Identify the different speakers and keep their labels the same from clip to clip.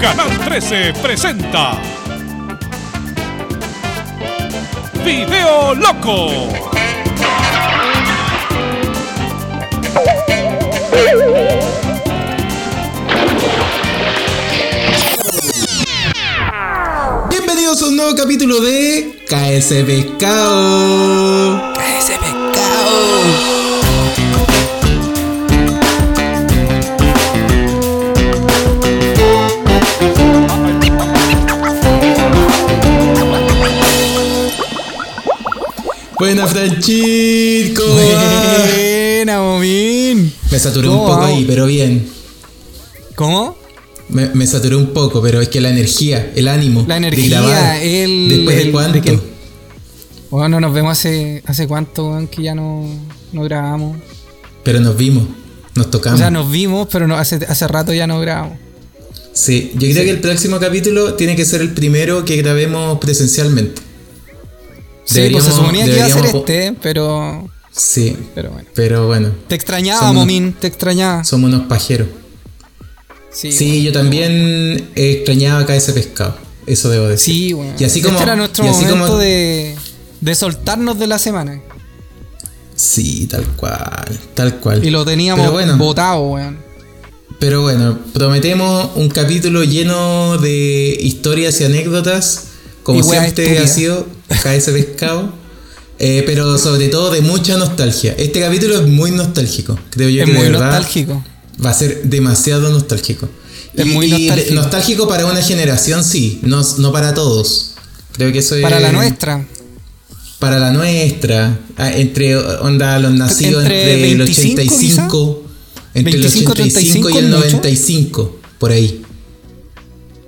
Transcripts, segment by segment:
Speaker 1: Canal 13 presenta Video Loco.
Speaker 2: Bienvenidos a un nuevo capítulo de KSB Cao.
Speaker 3: Ese pecado.
Speaker 2: Buena Franchit, ¿cómo va?
Speaker 3: Buena, Momín.
Speaker 2: Me saturé un
Speaker 3: ¿Cómo
Speaker 2: poco
Speaker 3: vamos?
Speaker 2: ahí, pero bien.
Speaker 3: ¿Cómo?
Speaker 2: Me, me saturé un poco, pero es que la energía, el ánimo.
Speaker 3: La
Speaker 2: de
Speaker 3: energía,
Speaker 2: grabar,
Speaker 3: el-
Speaker 2: Después
Speaker 3: el-
Speaker 2: de
Speaker 3: de
Speaker 2: cuánto.
Speaker 3: que- Bueno, no nos vemos hace, hace cuánto, weón, que ya no, no grabamos.
Speaker 2: Pero nos vimos, nos
Speaker 3: O
Speaker 2: tocamos.
Speaker 3: sea, nos vimos, pero no, hace, hace rato ya no grabamos.
Speaker 2: Sí, yo creo que el próximo capítulo tiene que ser el primero que grabemos presencialmente.
Speaker 3: Sí, pues se
Speaker 2: Deberíamos-
Speaker 3: suponía que iba a ser
Speaker 2: deberíamos po-
Speaker 3: este, pero.
Speaker 2: Sí,
Speaker 3: Pero bueno.
Speaker 2: pero bueno,
Speaker 3: Te extrañaba,
Speaker 2: Somos-
Speaker 3: Momín, te extrañaba.
Speaker 2: somos unos pajeros.
Speaker 3: Sí,
Speaker 2: Sí, yo también extrañaba acá ese pescado. Eso debo decir.
Speaker 3: Sí, weón.
Speaker 2: Y así como.
Speaker 3: Este era nuestro
Speaker 2: y así
Speaker 3: momento
Speaker 2: como-
Speaker 3: de, de soltarnos de la semana.
Speaker 2: Sí, tal cual. Tal cual.
Speaker 3: Y lo teníamos
Speaker 2: Pero bueno,
Speaker 3: botado, weón.
Speaker 2: pero bueno, prometemos un capítulo lleno de historias y anécdotas. Como
Speaker 3: Y weas
Speaker 2: siempre
Speaker 3: estúpidas.
Speaker 2: ha sido KS Pescado. Eh, pero sobre todo de mucha nostalgia. Este capítulo es muy nostálgico. Creo yo
Speaker 3: Es
Speaker 2: que de
Speaker 3: muy
Speaker 2: verdad
Speaker 3: nostálgico.
Speaker 2: va a ser demasiado nostálgico.
Speaker 3: Es
Speaker 2: Y-
Speaker 3: muy
Speaker 2: y
Speaker 3: nostálgico.
Speaker 2: nostálgico para una generación, sí. No, no para todos. Creo que eso es.
Speaker 3: Para la nuestra.
Speaker 2: Para la nuestra, ah, entre onda los nacidos entre,
Speaker 3: Entre
Speaker 2: el
Speaker 3: 25
Speaker 2: 85, entre el
Speaker 3: 25,
Speaker 2: 85 y el
Speaker 3: 35,
Speaker 2: 95, por ahí,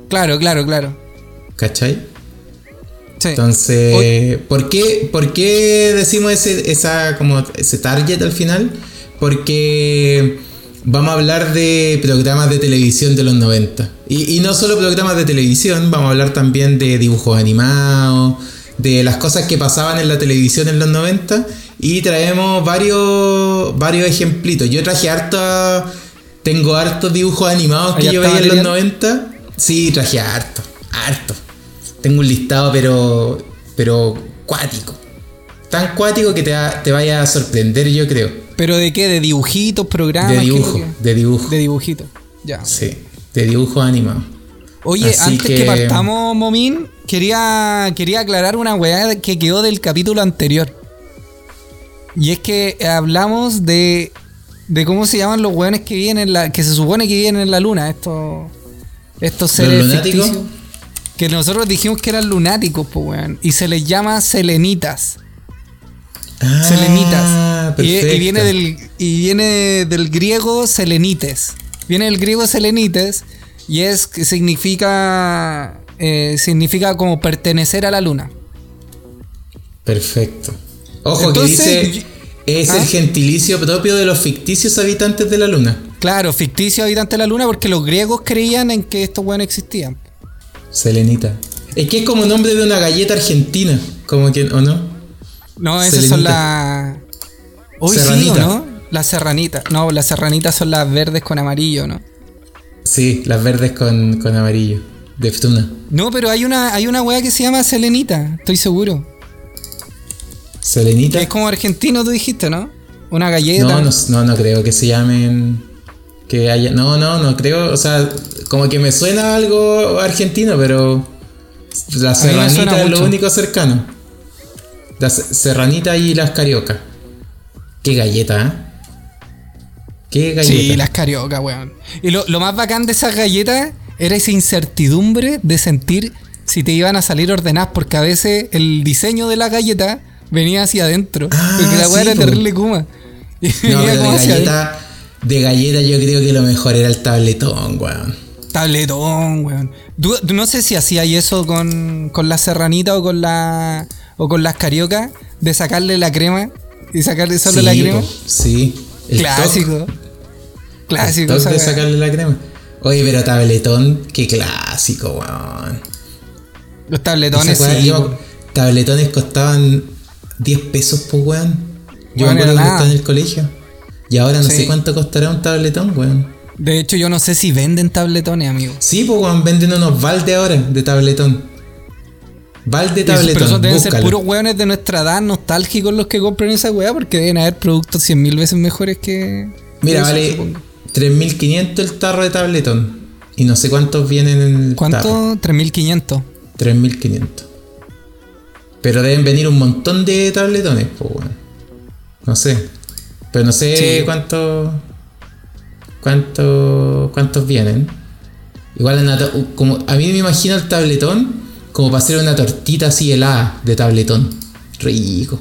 Speaker 3: Claro, claro, claro.
Speaker 2: ¿cachai?
Speaker 3: Sí.
Speaker 2: Entonces, ¿por qué, por qué decimos ese, esa, como ese target al final? Porque vamos a hablar de programas de televisión de los 90. Y, y no solo programas de televisión, vamos a hablar también de dibujos animados, de las cosas que pasaban en la televisión en los 90. Y traemos varios, varios ejemplitos. Yo traje harta... Tengo hartos dibujos animados que
Speaker 3: Allá
Speaker 2: yo
Speaker 3: está
Speaker 2: veía en los
Speaker 3: Valerian.
Speaker 2: 90. Sí, traje harto, harto. Tengo un listado, pero. pero cuático. Tan cuático que te, va- te vaya a sorprender, yo creo.
Speaker 3: ¿Pero de qué? ¿De dibujitos, programas?
Speaker 2: de
Speaker 3: ¿Qué es lo
Speaker 2: dibujo,
Speaker 3: que-
Speaker 2: de dibujo.
Speaker 3: De dibujitos. Ya.
Speaker 2: Sí, de dibujo animado.
Speaker 3: Oye,
Speaker 2: Así
Speaker 3: antes que...
Speaker 2: que-
Speaker 3: partamos, Momín, quería, quería aclarar una weá que quedó del capítulo anterior. Y es que hablamos de. de cómo se llaman los weones que viven en la. que se supone que viven en la luna, estos. Estos seres
Speaker 2: lunáticos?
Speaker 3: ficticios. Que nosotros dijimos que eran lunáticos, pues weón. Y se les llama selenitas.
Speaker 2: Ah,
Speaker 3: Selenitas. Y,
Speaker 2: perfecto.
Speaker 3: y viene del, y viene del griego selenites. Viene del griego selenites y es que significa eh, significa como pertenecer a la luna.
Speaker 2: Perfecto. Ojo
Speaker 3: Entonces,
Speaker 2: que
Speaker 3: yo-
Speaker 2: dice. Es
Speaker 3: ¿Ah?
Speaker 2: el gentilicio propio de los ficticios habitantes de la luna.
Speaker 3: Claro, ficticio habitante de la luna porque los griegos creían en que estos buenos existían.
Speaker 2: Selenita. Es que es como nombre de una galleta argentina. Como que, ¿o no?
Speaker 3: No, esas son las Hoy sí, ¿o
Speaker 2: Serranita.
Speaker 3: ¿no? Las serranitas. No, las serranitas son las verdes con amarillo, ¿no?
Speaker 2: Sí, las verdes con, con amarillo. De Ftuna.
Speaker 3: No, pero hay una hay una weá que se llama selenita, estoy seguro.
Speaker 2: Selenita.
Speaker 3: Que es como argentino tú dijiste, ¿no? Una galleta.
Speaker 2: No, no, no, no creo que se llamen. Que haya. No, no, no creo. O sea, como que me suena algo argentino, pero. La
Speaker 3: mí me suena
Speaker 2: serranita es
Speaker 3: mucho.
Speaker 2: lo único cercano. La se- serranita y las cariocas. Qué galleta, ¿eh? Qué galleta.
Speaker 3: Sí, las cariocas, weón. Y lo, lo más bacán de esas galletas era esa incertidumbre de sentir si te iban a salir ordenadas, porque a veces el diseño de la galleta venía hacia adentro.
Speaker 2: Ah,
Speaker 3: porque la weá
Speaker 2: sí,
Speaker 3: era
Speaker 2: po.
Speaker 3: terrible kuma. Y
Speaker 2: No,
Speaker 3: venía
Speaker 2: pero de
Speaker 3: como hacia adentro.
Speaker 2: galleta. De galleta yo creo que lo mejor era el tabletón, weón.
Speaker 3: Tabletón, weón. Tú- tú no sé si hacías eso con, con la serranita o con la. o con las cariocas, de sacarle la crema y sacarle solo
Speaker 2: Sí,
Speaker 3: la crema.
Speaker 2: po, Sí. El toc.
Speaker 3: Clásico. Clásico,
Speaker 2: Toc
Speaker 3: esa
Speaker 2: de
Speaker 3: weá.
Speaker 2: sacarle la crema. Oye, pero tabletón, qué clásico, weón.
Speaker 3: Los
Speaker 2: Esa
Speaker 3: tabletones,
Speaker 2: weá,
Speaker 3: sí,
Speaker 2: yo-
Speaker 3: po.
Speaker 2: tabletones costaban 10 pesos, pues, weón. Yo
Speaker 3: Weón,
Speaker 2: me acuerdo
Speaker 3: era
Speaker 2: que
Speaker 3: nada.
Speaker 2: estaba en el colegio. Y ahora no
Speaker 3: Sí.
Speaker 2: sé cuánto costará un tabletón, weón.
Speaker 3: De hecho, yo no sé si venden tabletones, amigo.
Speaker 2: Sí, pues weón, venden unos balde ahora de tabletón. Balde
Speaker 3: Eso-
Speaker 2: tabletón.
Speaker 3: pero esos deben ser
Speaker 2: búscalo.
Speaker 3: puros hueones de nuestra edad nostálgicos los que compran esa hueá porque deben haber productos 100 mil veces mejores que.
Speaker 2: Mira,
Speaker 3: eso,
Speaker 2: vale
Speaker 3: supongo.
Speaker 2: 3.500 el tarro de tabletón. Y no sé cuántos vienen en el tarro.
Speaker 3: ¿Cuánto? 3500.
Speaker 2: 3.500. Pero deben venir un montón de tabletones, pues weón. No sé. Pero no sé
Speaker 3: Sí.
Speaker 2: cuántos. cuánto, cuántos vienen. Igual en la to- como a mí me imagino el tabletón como para hacer una tortita así helada de tabletón. Rico.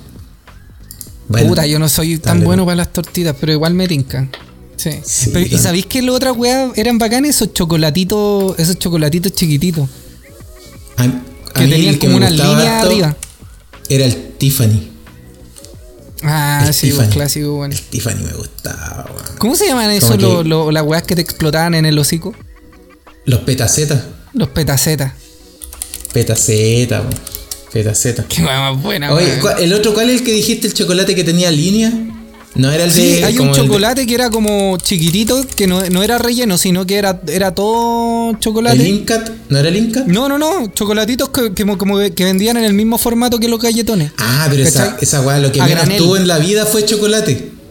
Speaker 2: Bueno,
Speaker 3: Puta, yo no soy tan
Speaker 2: tabletón.
Speaker 3: bueno para las tortitas, pero igual me tincan. Sí.
Speaker 2: Sí,
Speaker 3: Pero, ¿Y
Speaker 2: claro.
Speaker 3: sabéis que las otras weas eran bacanes? Esos chocolatitos, esos chocolatitos chiquititos.
Speaker 2: A- a
Speaker 3: Que
Speaker 2: mí
Speaker 3: tenían
Speaker 2: el
Speaker 3: como
Speaker 2: me
Speaker 3: una
Speaker 2: gustaba
Speaker 3: línea
Speaker 2: harto
Speaker 3: arriba.
Speaker 2: Era el Tiffany.
Speaker 3: Ah,
Speaker 2: El
Speaker 3: sí, un
Speaker 2: Tiffany.
Speaker 3: clásico, bueno.
Speaker 2: El Tiffany me gustaba, weón.
Speaker 3: ¿Cómo se llaman esos
Speaker 2: que-
Speaker 3: lo- lo- las weas que te explotaban en el hocico?
Speaker 2: Los petacetas.
Speaker 3: Los petacetas.
Speaker 2: Petaceta, weón. Petaceta.
Speaker 3: Qué wea más buena,
Speaker 2: Oye,
Speaker 3: weón.
Speaker 2: ¿cuál- ¿el otro cuál es el que dijiste el chocolate que tenía línea? No era el de.
Speaker 3: Sí, hay un
Speaker 2: como el de-
Speaker 3: chocolate que era como chiquitito, que no, no era relleno, sino que era, era todo
Speaker 2: ¿El
Speaker 3: chocolate.
Speaker 2: Incat? ¿No era el Incat?
Speaker 3: No, no, no, chocolatitos que, que mo- como que vendían en el mismo formato que los galletones.
Speaker 2: Ah, pero esa,
Speaker 3: ¿Cachai?
Speaker 2: esa weá lo que
Speaker 3: A
Speaker 2: menos
Speaker 3: granel.
Speaker 2: tuvo en la vida fue chocolate.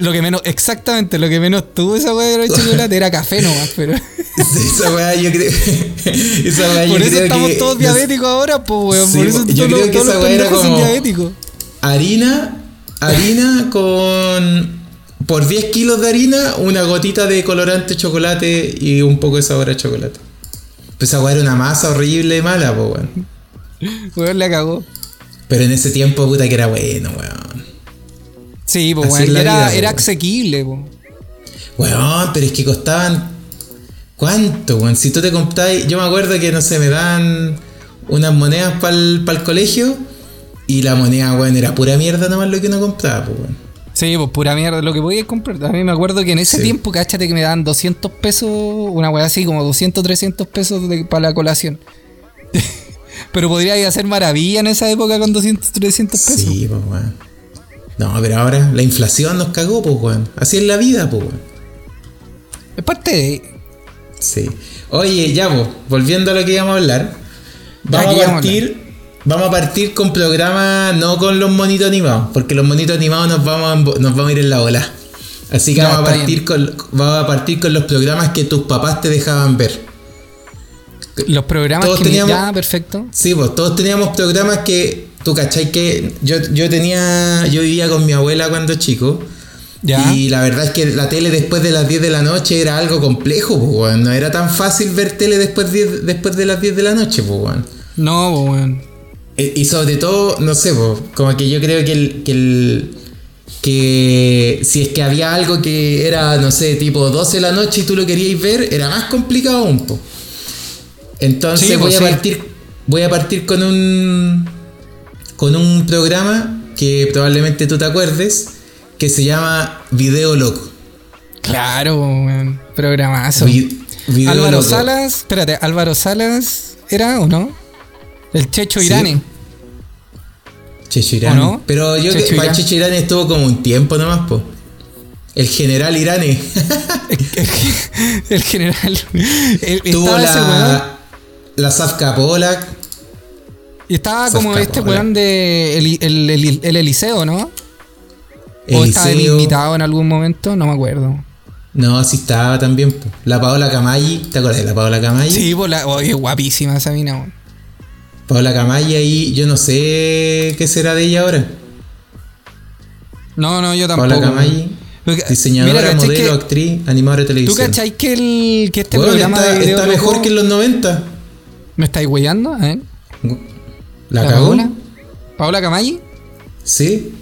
Speaker 3: Lo que menos, exactamente, lo que menos tuvo esa weá de los chocolates era café nomás, pero.
Speaker 2: esa weá yo creo. esa weá yo
Speaker 3: por eso
Speaker 2: creo
Speaker 3: estamos
Speaker 2: que-
Speaker 3: todos
Speaker 2: no-
Speaker 3: diabéticos ahora, pues weón.
Speaker 2: Sí,
Speaker 3: por eso
Speaker 2: yo
Speaker 3: todos,
Speaker 2: creo
Speaker 3: los-
Speaker 2: que
Speaker 3: todos los
Speaker 2: esa weá era
Speaker 3: pendejos son
Speaker 2: como-
Speaker 3: diabéticos.
Speaker 2: Harina. Harina con. Por 10 kilos de harina, una gotita de colorante chocolate y un poco de sabor a chocolate. Pues esa weá era una masa horrible y mala, pues weón.
Speaker 3: Weón la cagó.
Speaker 2: Pero en ese tiempo, puta que era bueno, weón.
Speaker 3: Sí, pues
Speaker 2: Así
Speaker 3: weón.
Speaker 2: es
Speaker 3: y
Speaker 2: la
Speaker 3: Era,
Speaker 2: vida,
Speaker 3: era
Speaker 2: weón.
Speaker 3: asequible, pues.
Speaker 2: Weón, pero es que costaban. ¿Cuánto, weón? Si tú te compráis. Yo me acuerdo que, no sé, me dan unas monedas para el colegio. Y la moneda, weón, era pura mierda nomás lo que uno compraba, pues, weón.
Speaker 3: Sí, pues pura mierda, lo que podía comprar. A mí me acuerdo que en ese
Speaker 2: Sí.
Speaker 3: tiempo, cáchate que me daban 200 pesos, una weá así, como 200, 300 pesos de- para la colación. Pero podría ir a hacer maravilla en esa época con 200, 300 pesos.
Speaker 2: Sí, pues, weón. No, pero ahora la inflación nos cagó, pues, weón. Así es la vida, pues, weón.
Speaker 3: Es parte de...
Speaker 2: Sí. Oye, ya, pues, volviendo a lo que íbamos a hablar. Vamos
Speaker 3: qué
Speaker 2: a
Speaker 3: íbamos a
Speaker 2: partir. Vamos a partir con programa, no con los monitos animados, porque los monitos animados nos vamos a, embo- nos vamos a ir en la ola. Así que
Speaker 3: Ya,
Speaker 2: vamos, a
Speaker 3: está
Speaker 2: partir con, vamos a partir con los programas que tus papás te dejaban ver.
Speaker 3: Los programas
Speaker 2: Todos
Speaker 3: que me-
Speaker 2: teníamos-
Speaker 3: Ya, perfecto.
Speaker 2: Sí, pues todos teníamos programas que, tú cachai que yo, yo tenía, yo vivía con mi abuela cuando chico.
Speaker 3: Ya.
Speaker 2: Y la verdad es que la tele después de las 10 de la noche era algo complejo, pues, weón. No era tan fácil ver tele después, 10 después de las 10 de la noche, pues, weón.
Speaker 3: No, pues, weón.
Speaker 2: E- Y sobre todo, no sé, po, como que yo creo que el, que el- que si es que había algo que era, no sé, tipo 12 de la noche y tú lo queríais ver, era más complicado aún, po. Entonces
Speaker 3: Sí, po,
Speaker 2: voy a
Speaker 3: sí.
Speaker 2: partir voy a partir con un con un programa que probablemente tú te acuerdes que se llama Video Loco.
Speaker 3: Claro, pues, weón. Programazo.
Speaker 2: Vi- Video
Speaker 3: Álvaro
Speaker 2: Loco.
Speaker 3: Salas, espérate, Álvaro Salas era o no? El Checho
Speaker 2: Sí.
Speaker 3: Irane.
Speaker 2: Checho Irán.
Speaker 3: ¿O no?
Speaker 2: Pero yo
Speaker 3: Checho
Speaker 2: que para
Speaker 3: Irán.
Speaker 2: Checho Irán estuvo como un tiempo nomás, po. El general Irane.
Speaker 3: El general. el-
Speaker 2: Tuvo
Speaker 3: estaba ese weón.
Speaker 2: la, la Zafka Polak.
Speaker 3: Y estaba
Speaker 2: Se
Speaker 3: como
Speaker 2: escapó,
Speaker 3: este
Speaker 2: ¿verdad?
Speaker 3: weón de el, el, el- el Eliseo, ¿no? O estaba el
Speaker 2: Eliseo.
Speaker 3: invitado en algún momento, no me acuerdo.
Speaker 2: No, así estaba también. po. La Paola Camayi. ¿Te acuerdas de la Paola Camayi?
Speaker 3: Sí, pues la, oye, guapísima esa mina, weón.
Speaker 2: Paola Camayi ahí. Yo no sé qué será de ella ahora.
Speaker 3: No, no, yo tampoco.
Speaker 2: Paola
Speaker 3: weón.
Speaker 2: Camayi.
Speaker 3: Porque-
Speaker 2: Diseñadora,
Speaker 3: mira, ¿cachai
Speaker 2: modelo,
Speaker 3: que-
Speaker 2: actriz, animadora de
Speaker 3: ¿Tú
Speaker 2: televisión.
Speaker 3: cachai que, el, que este
Speaker 2: Weón,
Speaker 3: programa
Speaker 2: está,
Speaker 3: de video
Speaker 2: está
Speaker 3: loco-
Speaker 2: mejor que en los 90.
Speaker 3: ¿Me estáis weyando? A ver,
Speaker 2: ¿La, cagó?
Speaker 3: Paola? ¿Paola Camayi?
Speaker 2: Sí.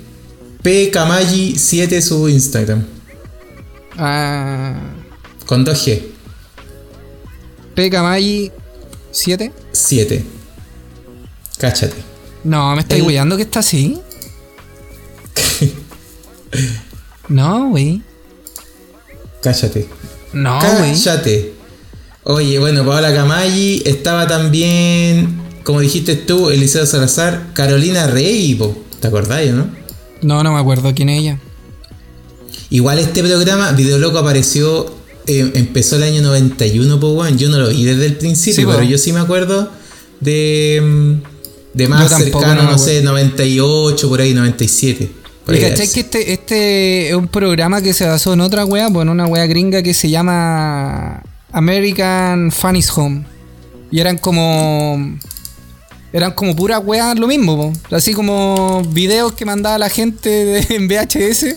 Speaker 2: P. Camayi 7 su Instagram.
Speaker 3: Ah,
Speaker 2: Con 2G.
Speaker 3: ¿P. Camayi 7?
Speaker 2: 7. Cáchate.
Speaker 3: No, ¿me estáis
Speaker 2: El-
Speaker 3: weyando que está así? no, wey.
Speaker 2: Cáchate.
Speaker 3: No, wey.
Speaker 2: Cállate. Oye, bueno, Paola Camayi estaba también, como dijiste tú, Eliseo Salazar, Carolina Rey, po. ¿te acordáis, no?
Speaker 3: No, no me acuerdo quién es ella.
Speaker 2: Igual este programa, Videoloco apareció eh, empezó el año 91, pues, weón. Yo no lo vi desde el principio,
Speaker 3: Sí, po.
Speaker 2: pero yo sí me acuerdo de, mm, de más
Speaker 3: Yo tampoco,
Speaker 2: cercano,
Speaker 3: no,
Speaker 2: no sé, 98, por ahí, 97. Por
Speaker 3: Y
Speaker 2: ahí
Speaker 3: cachai
Speaker 2: así.
Speaker 3: que este, este es un programa que se basó en otra wea, pues en una wea gringa que se llama American Funny's Home. Y eran como. Eran como puras weas lo mismo, po. así como videos que mandaba la gente de- en VHS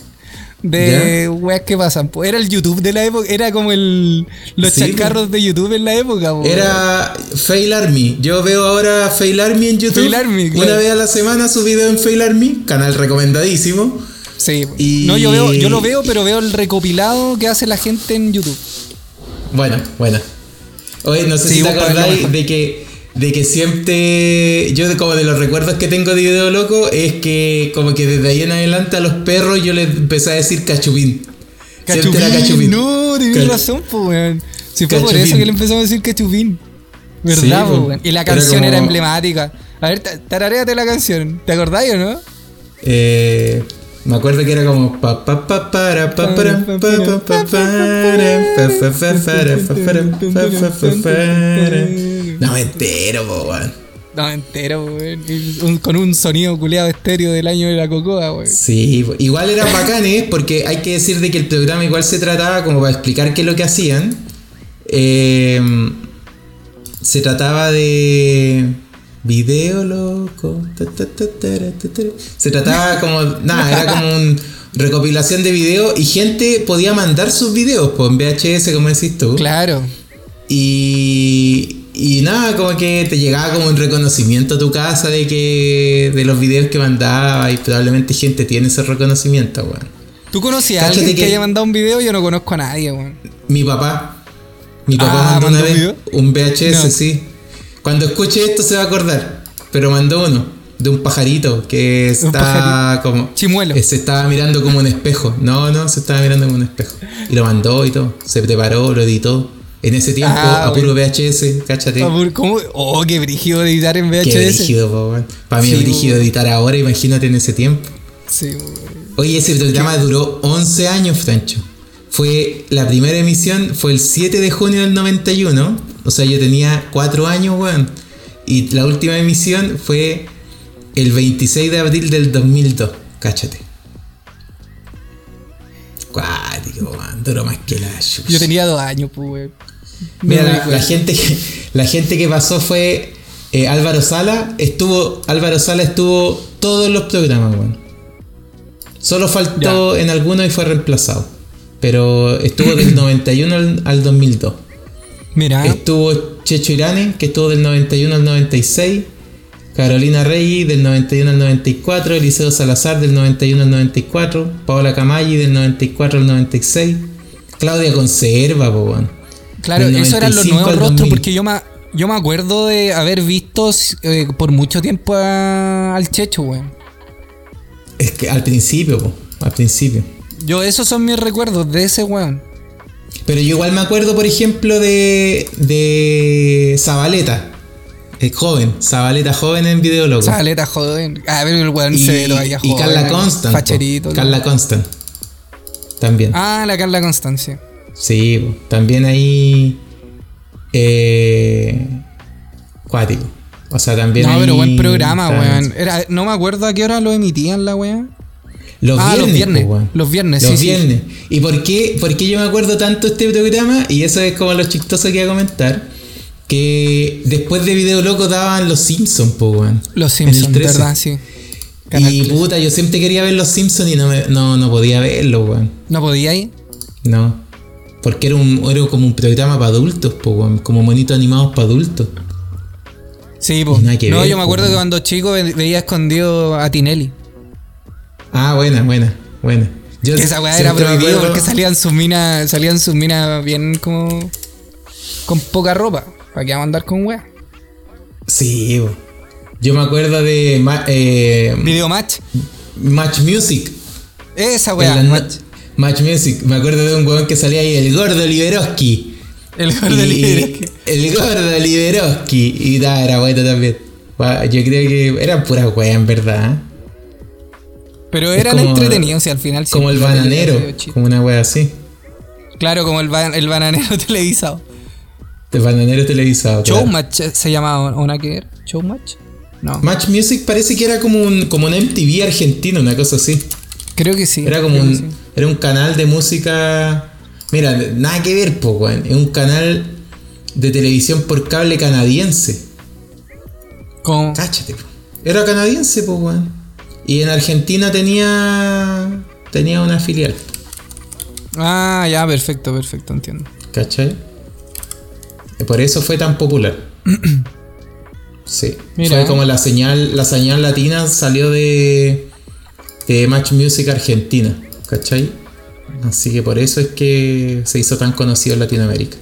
Speaker 3: de weas que pasan. po. Era el YouTube de la época, era como el los
Speaker 2: Sí, po.
Speaker 3: chacarros de YouTube en la época. po.
Speaker 2: Era Fail Army. Yo veo ahora Fail Army en YouTube.
Speaker 3: Fail Army,
Speaker 2: Una
Speaker 3: claro.
Speaker 2: vez a la semana su video en Fail Army, canal recomendadísimo.
Speaker 3: Sí, po.
Speaker 2: y-
Speaker 3: no, yo, veo, yo lo veo, pero veo el recopilado que hace la gente en YouTube.
Speaker 2: Bueno, bueno. Oye, no sé
Speaker 3: Sí,
Speaker 2: si te
Speaker 3: vos ponés lo
Speaker 2: acordáis
Speaker 3: mejor.
Speaker 2: de que, de que siempre. Yo, de- como de los recuerdos que tengo de Video Loco, es que, como que desde ahí en adelante a los perros yo les empecé a decir cachupín. Siempre era
Speaker 3: No, tenés
Speaker 2: Ca-
Speaker 3: razón, po, weón. Si fue por
Speaker 2: Cachupín.
Speaker 3: eso que le empezamos a decir cachupín. ¿Verdad,
Speaker 2: Sí,
Speaker 3: po,
Speaker 2: po.
Speaker 3: weón? Y la
Speaker 2: Era
Speaker 3: canción era
Speaker 2: como-
Speaker 3: emblemática. A ver, ta- tararéate la canción. ¿Te acordáis o no?
Speaker 2: Eh, me acuerdo que era como pa pa pa para pa para pa pa pa para pa pa pa para pa para pa pa pa para. No me entero, po, weón.
Speaker 3: No, entero, po, weón. Y un- Con un sonido culeado estéreo del año de la cocoa, weón.
Speaker 2: Sí, po. igual eran bacanes porque hay que decir de que el programa igual se trataba como para explicar qué es lo que hacían. Eh, se trataba de video loco. ta, ta, ta, tara, ta, tara. Se trataba como nada, era como un recopilación de videos y gente podía mandar sus videos pues en VHS como decís tú.
Speaker 3: Claro.
Speaker 2: Y, y nada, como que te llegaba como un reconocimiento a tu casa de que de los videos que mandaba y probablemente gente tiene ese reconocimiento, weón.
Speaker 3: ¿Tú conocías a
Speaker 2: Cáchate
Speaker 3: alguien que,
Speaker 2: que-
Speaker 3: haya mandado un video? Yo no conozco a nadie, weón.
Speaker 2: Mi papá, mi papá
Speaker 3: Ah,
Speaker 2: mandó una
Speaker 3: ¿mandó un
Speaker 2: vez
Speaker 3: video?
Speaker 2: un VHS,
Speaker 3: No.
Speaker 2: sí. Cuando escuche esto se va a acordar, pero mandó uno de un pajarito que estaba como
Speaker 3: Chimuelo.
Speaker 2: eh, se estaba mirando como un espejo. No, no, se estaba mirando como un espejo. Y lo mandó y todo, se preparó, lo editó. En ese tiempo,
Speaker 3: Ah,
Speaker 2: a puro VHS, cáchate.
Speaker 3: ¿Cómo? Oh, qué brígido de editar en VHS.
Speaker 2: Qué brígido, Para mí
Speaker 3: Sí,
Speaker 2: es brígido
Speaker 3: po.
Speaker 2: editar ahora, imagínate en ese tiempo.
Speaker 3: Sí, weón.
Speaker 2: Oye, ese programa duró 11 años, Francho. Fue la primera emisión, fue el 7 de junio del 91. O sea, yo tenía 4 años, weón. Y la última emisión fue el 26 de abril del 2002. Cáchate. Cuático, weón. Duró más que la chucha.
Speaker 3: Yo tenía dos años, pues, weón.
Speaker 2: Mira,
Speaker 3: No
Speaker 2: la,
Speaker 3: recuerdo.
Speaker 2: la gente que, la gente que pasó fue eh, Álvaro Sala, estuvo Álvaro Sala estuvo todos los programas, weón. Solo faltó en alguno y fue reemplazado. Pero estuvo del 91 al, al 2002.
Speaker 3: Mira.
Speaker 2: Estuvo Checho Irane, que estuvo del 91 al 96. Carolina Reyes del 91 al 94, Eliseo Salazar del 91 al 94, Paola Camayi del 94 al 96, Claudia Conserva, po, weón.
Speaker 3: Claro,
Speaker 2: Del
Speaker 3: eso eran los
Speaker 2: 95
Speaker 3: nuevos
Speaker 2: al
Speaker 3: rostros
Speaker 2: 2000.
Speaker 3: porque yo me, yo me acuerdo de haber visto eh, por mucho tiempo a- al Checho, weón.
Speaker 2: Es que al principio, po, al principio.
Speaker 3: Yo, esos son mis recuerdos de ese weón.
Speaker 2: Pero yo igual me acuerdo, por ejemplo, de, de Zabaleta. Es joven, Zabaleta joven en video loco.
Speaker 3: Saleta, joven. A ver, el weón
Speaker 2: y,
Speaker 3: se ve todavía
Speaker 2: y
Speaker 3: joven.
Speaker 2: Carla Constant. po.
Speaker 3: Facherito. todo.
Speaker 2: Carla Constant. También.
Speaker 3: Ah, la Carla Constancia.
Speaker 2: Sí, po. también ahí. Eh, cuático. O sea, también.
Speaker 3: No, pero
Speaker 2: ahí
Speaker 3: buen programa,
Speaker 2: está-
Speaker 3: weón. Era, no me acuerdo a qué hora lo emitían la weón.
Speaker 2: Los,
Speaker 3: Ah, los
Speaker 2: viernes,
Speaker 3: viernes,
Speaker 2: po, weón.
Speaker 3: los viernes,
Speaker 2: Los
Speaker 3: sí, sí.
Speaker 2: viernes. ¿Y por qué, por qué yo me acuerdo tanto este programa? Y eso es como lo chistoso que iba a comentar. Que después de Video Loco daban Los Simpsons, po, weón.
Speaker 3: Los
Speaker 2: En el
Speaker 3: Simpsons,
Speaker 2: 13.
Speaker 3: ¿verdad? Sí. Canal
Speaker 2: Y
Speaker 3: 13.
Speaker 2: puta, yo siempre quería ver Los Simpsons y no, me- no, no podía verlo, weón.
Speaker 3: ¿No podía ir?
Speaker 2: No. Porque era, un, era como un programa para adultos, po, weón. Como monitos animados para adultos.
Speaker 3: Sí, po.
Speaker 2: Nada que
Speaker 3: No,
Speaker 2: ver,
Speaker 3: yo me
Speaker 2: po,
Speaker 3: acuerdo que
Speaker 2: weón.
Speaker 3: cuando chico ve- veía escondido a Tinelli.
Speaker 2: Ah, buena, buena, buena. Yo
Speaker 3: Que esa weá era
Speaker 2: siempre me
Speaker 3: prohibido
Speaker 2: acuerdo-
Speaker 3: porque salían sus minas, salían sus minas bien como con poca ropa. ¿Para qué vamos a andar con weá?
Speaker 2: Sí, po. Yo me acuerdo de. ma- eh,
Speaker 3: Video match.
Speaker 2: Match Music.
Speaker 3: Esa
Speaker 2: En
Speaker 3: weá.
Speaker 2: la Match. Music. Me acuerdo de un weón que salía ahí, el gordo Liberoski.
Speaker 3: El gol de
Speaker 2: Y-
Speaker 3: líder.
Speaker 2: El gordo Liberoski. Y da, era bueno también. Gua- Yo creo que eran puras weas en verdad. ¿eh?
Speaker 3: Pero
Speaker 2: Es
Speaker 3: eran
Speaker 2: como-
Speaker 3: entretenidos y al final
Speaker 2: Como el
Speaker 3: siempre
Speaker 2: bananero.
Speaker 3: chido.
Speaker 2: Como una wea así.
Speaker 3: Claro, como el, ba- el bananero televisado.
Speaker 2: El bananero televisado. claro.
Speaker 3: Showmatch eh, se llamaba una que era. Showmatch. No.
Speaker 2: Match Music parece que era como un, como un MTV argentino, una cosa así.
Speaker 3: Creo que sí.
Speaker 2: Era como
Speaker 3: creo que
Speaker 2: un,
Speaker 3: sí.
Speaker 2: era un canal de música. Mira, nada que ver, po, weón. Es un canal de televisión por cable canadiense.
Speaker 3: Como-
Speaker 2: Cáchate, po. Era canadiense, po, weón. Y en Argentina tenía. tenía una filial.
Speaker 3: Ah, ya, perfecto, perfecto, entiendo.
Speaker 2: ¿Cachai? Y por eso fue tan popular. sí.
Speaker 3: Mira.
Speaker 2: Fue como la señal. La señal latina salió de. de Match Music Argentina. ¿Cachai? Así que por eso es que se hizo tan conocido en Latinoamérica.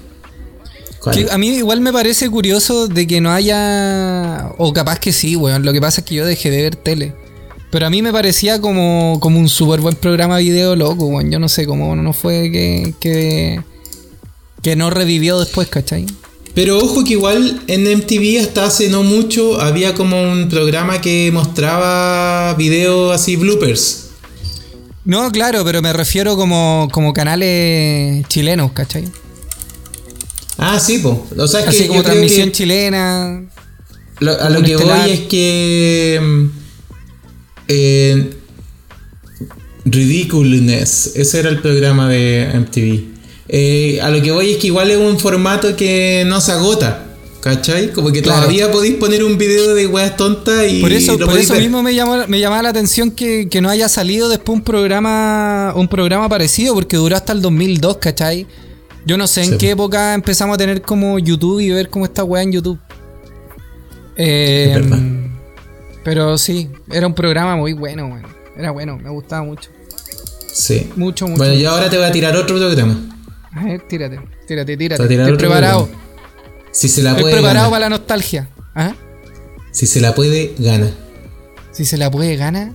Speaker 2: ¿Cuál?
Speaker 3: Que a mí igual me parece curioso de que no haya. O capaz que sí, weón. Lo que pasa es que yo dejé de ver tele. Pero a mí me parecía como, como un súper buen programa video loco, weón. Yo no sé cómo no fue que. que que no revivió después, ¿cachai?
Speaker 2: Pero ojo que igual en MTV hasta hace no mucho había como un programa que mostraba videos así bloopers.
Speaker 3: No, claro, pero me refiero como, como canales chilenos, ¿cachai?
Speaker 2: Ah, sí, po. O sea, es que
Speaker 3: Así como
Speaker 2: yo creo que-
Speaker 3: transmisión chilena.
Speaker 2: Lo- a lo
Speaker 3: Un
Speaker 2: que
Speaker 3: estelar.
Speaker 2: voy es que. mm, eh, Ridiculness. Ese era el programa de MTV. Eh, a lo que voy es que igual es un formato que no se agota. ¿Cachai? Como que
Speaker 3: Claro.
Speaker 2: todavía podéis poner un video de weas tontas y.
Speaker 3: Por eso,
Speaker 2: lo
Speaker 3: por
Speaker 2: podéis
Speaker 3: eso
Speaker 2: ver.
Speaker 3: mismo me llamó, me llamaba la atención que, que no haya salido después un programa un programa parecido, porque duró hasta el 2002, ¿cachai? Yo no sé en
Speaker 2: Sí.
Speaker 3: qué época empezamos a tener como YouTube y ver cómo esta weá en YouTube. Eh,
Speaker 2: Es verdad.
Speaker 3: pero sí, era un programa muy bueno, weón. Era bueno, me gustaba mucho.
Speaker 2: Sí.
Speaker 3: Mucho, mucho.
Speaker 2: Bueno, yo ahora te voy a tirar otro programa.
Speaker 3: A ver, tírate, tírate,
Speaker 2: Te voy
Speaker 3: tírate.
Speaker 2: a tirar
Speaker 3: Estoy
Speaker 2: otro
Speaker 3: preparado.
Speaker 2: programa. Si se la
Speaker 3: Estoy
Speaker 2: puede.
Speaker 3: preparado
Speaker 2: gana.
Speaker 3: para la nostalgia. ¿Ah?
Speaker 2: Si se la puede, gana.
Speaker 3: Si se la puede ganar.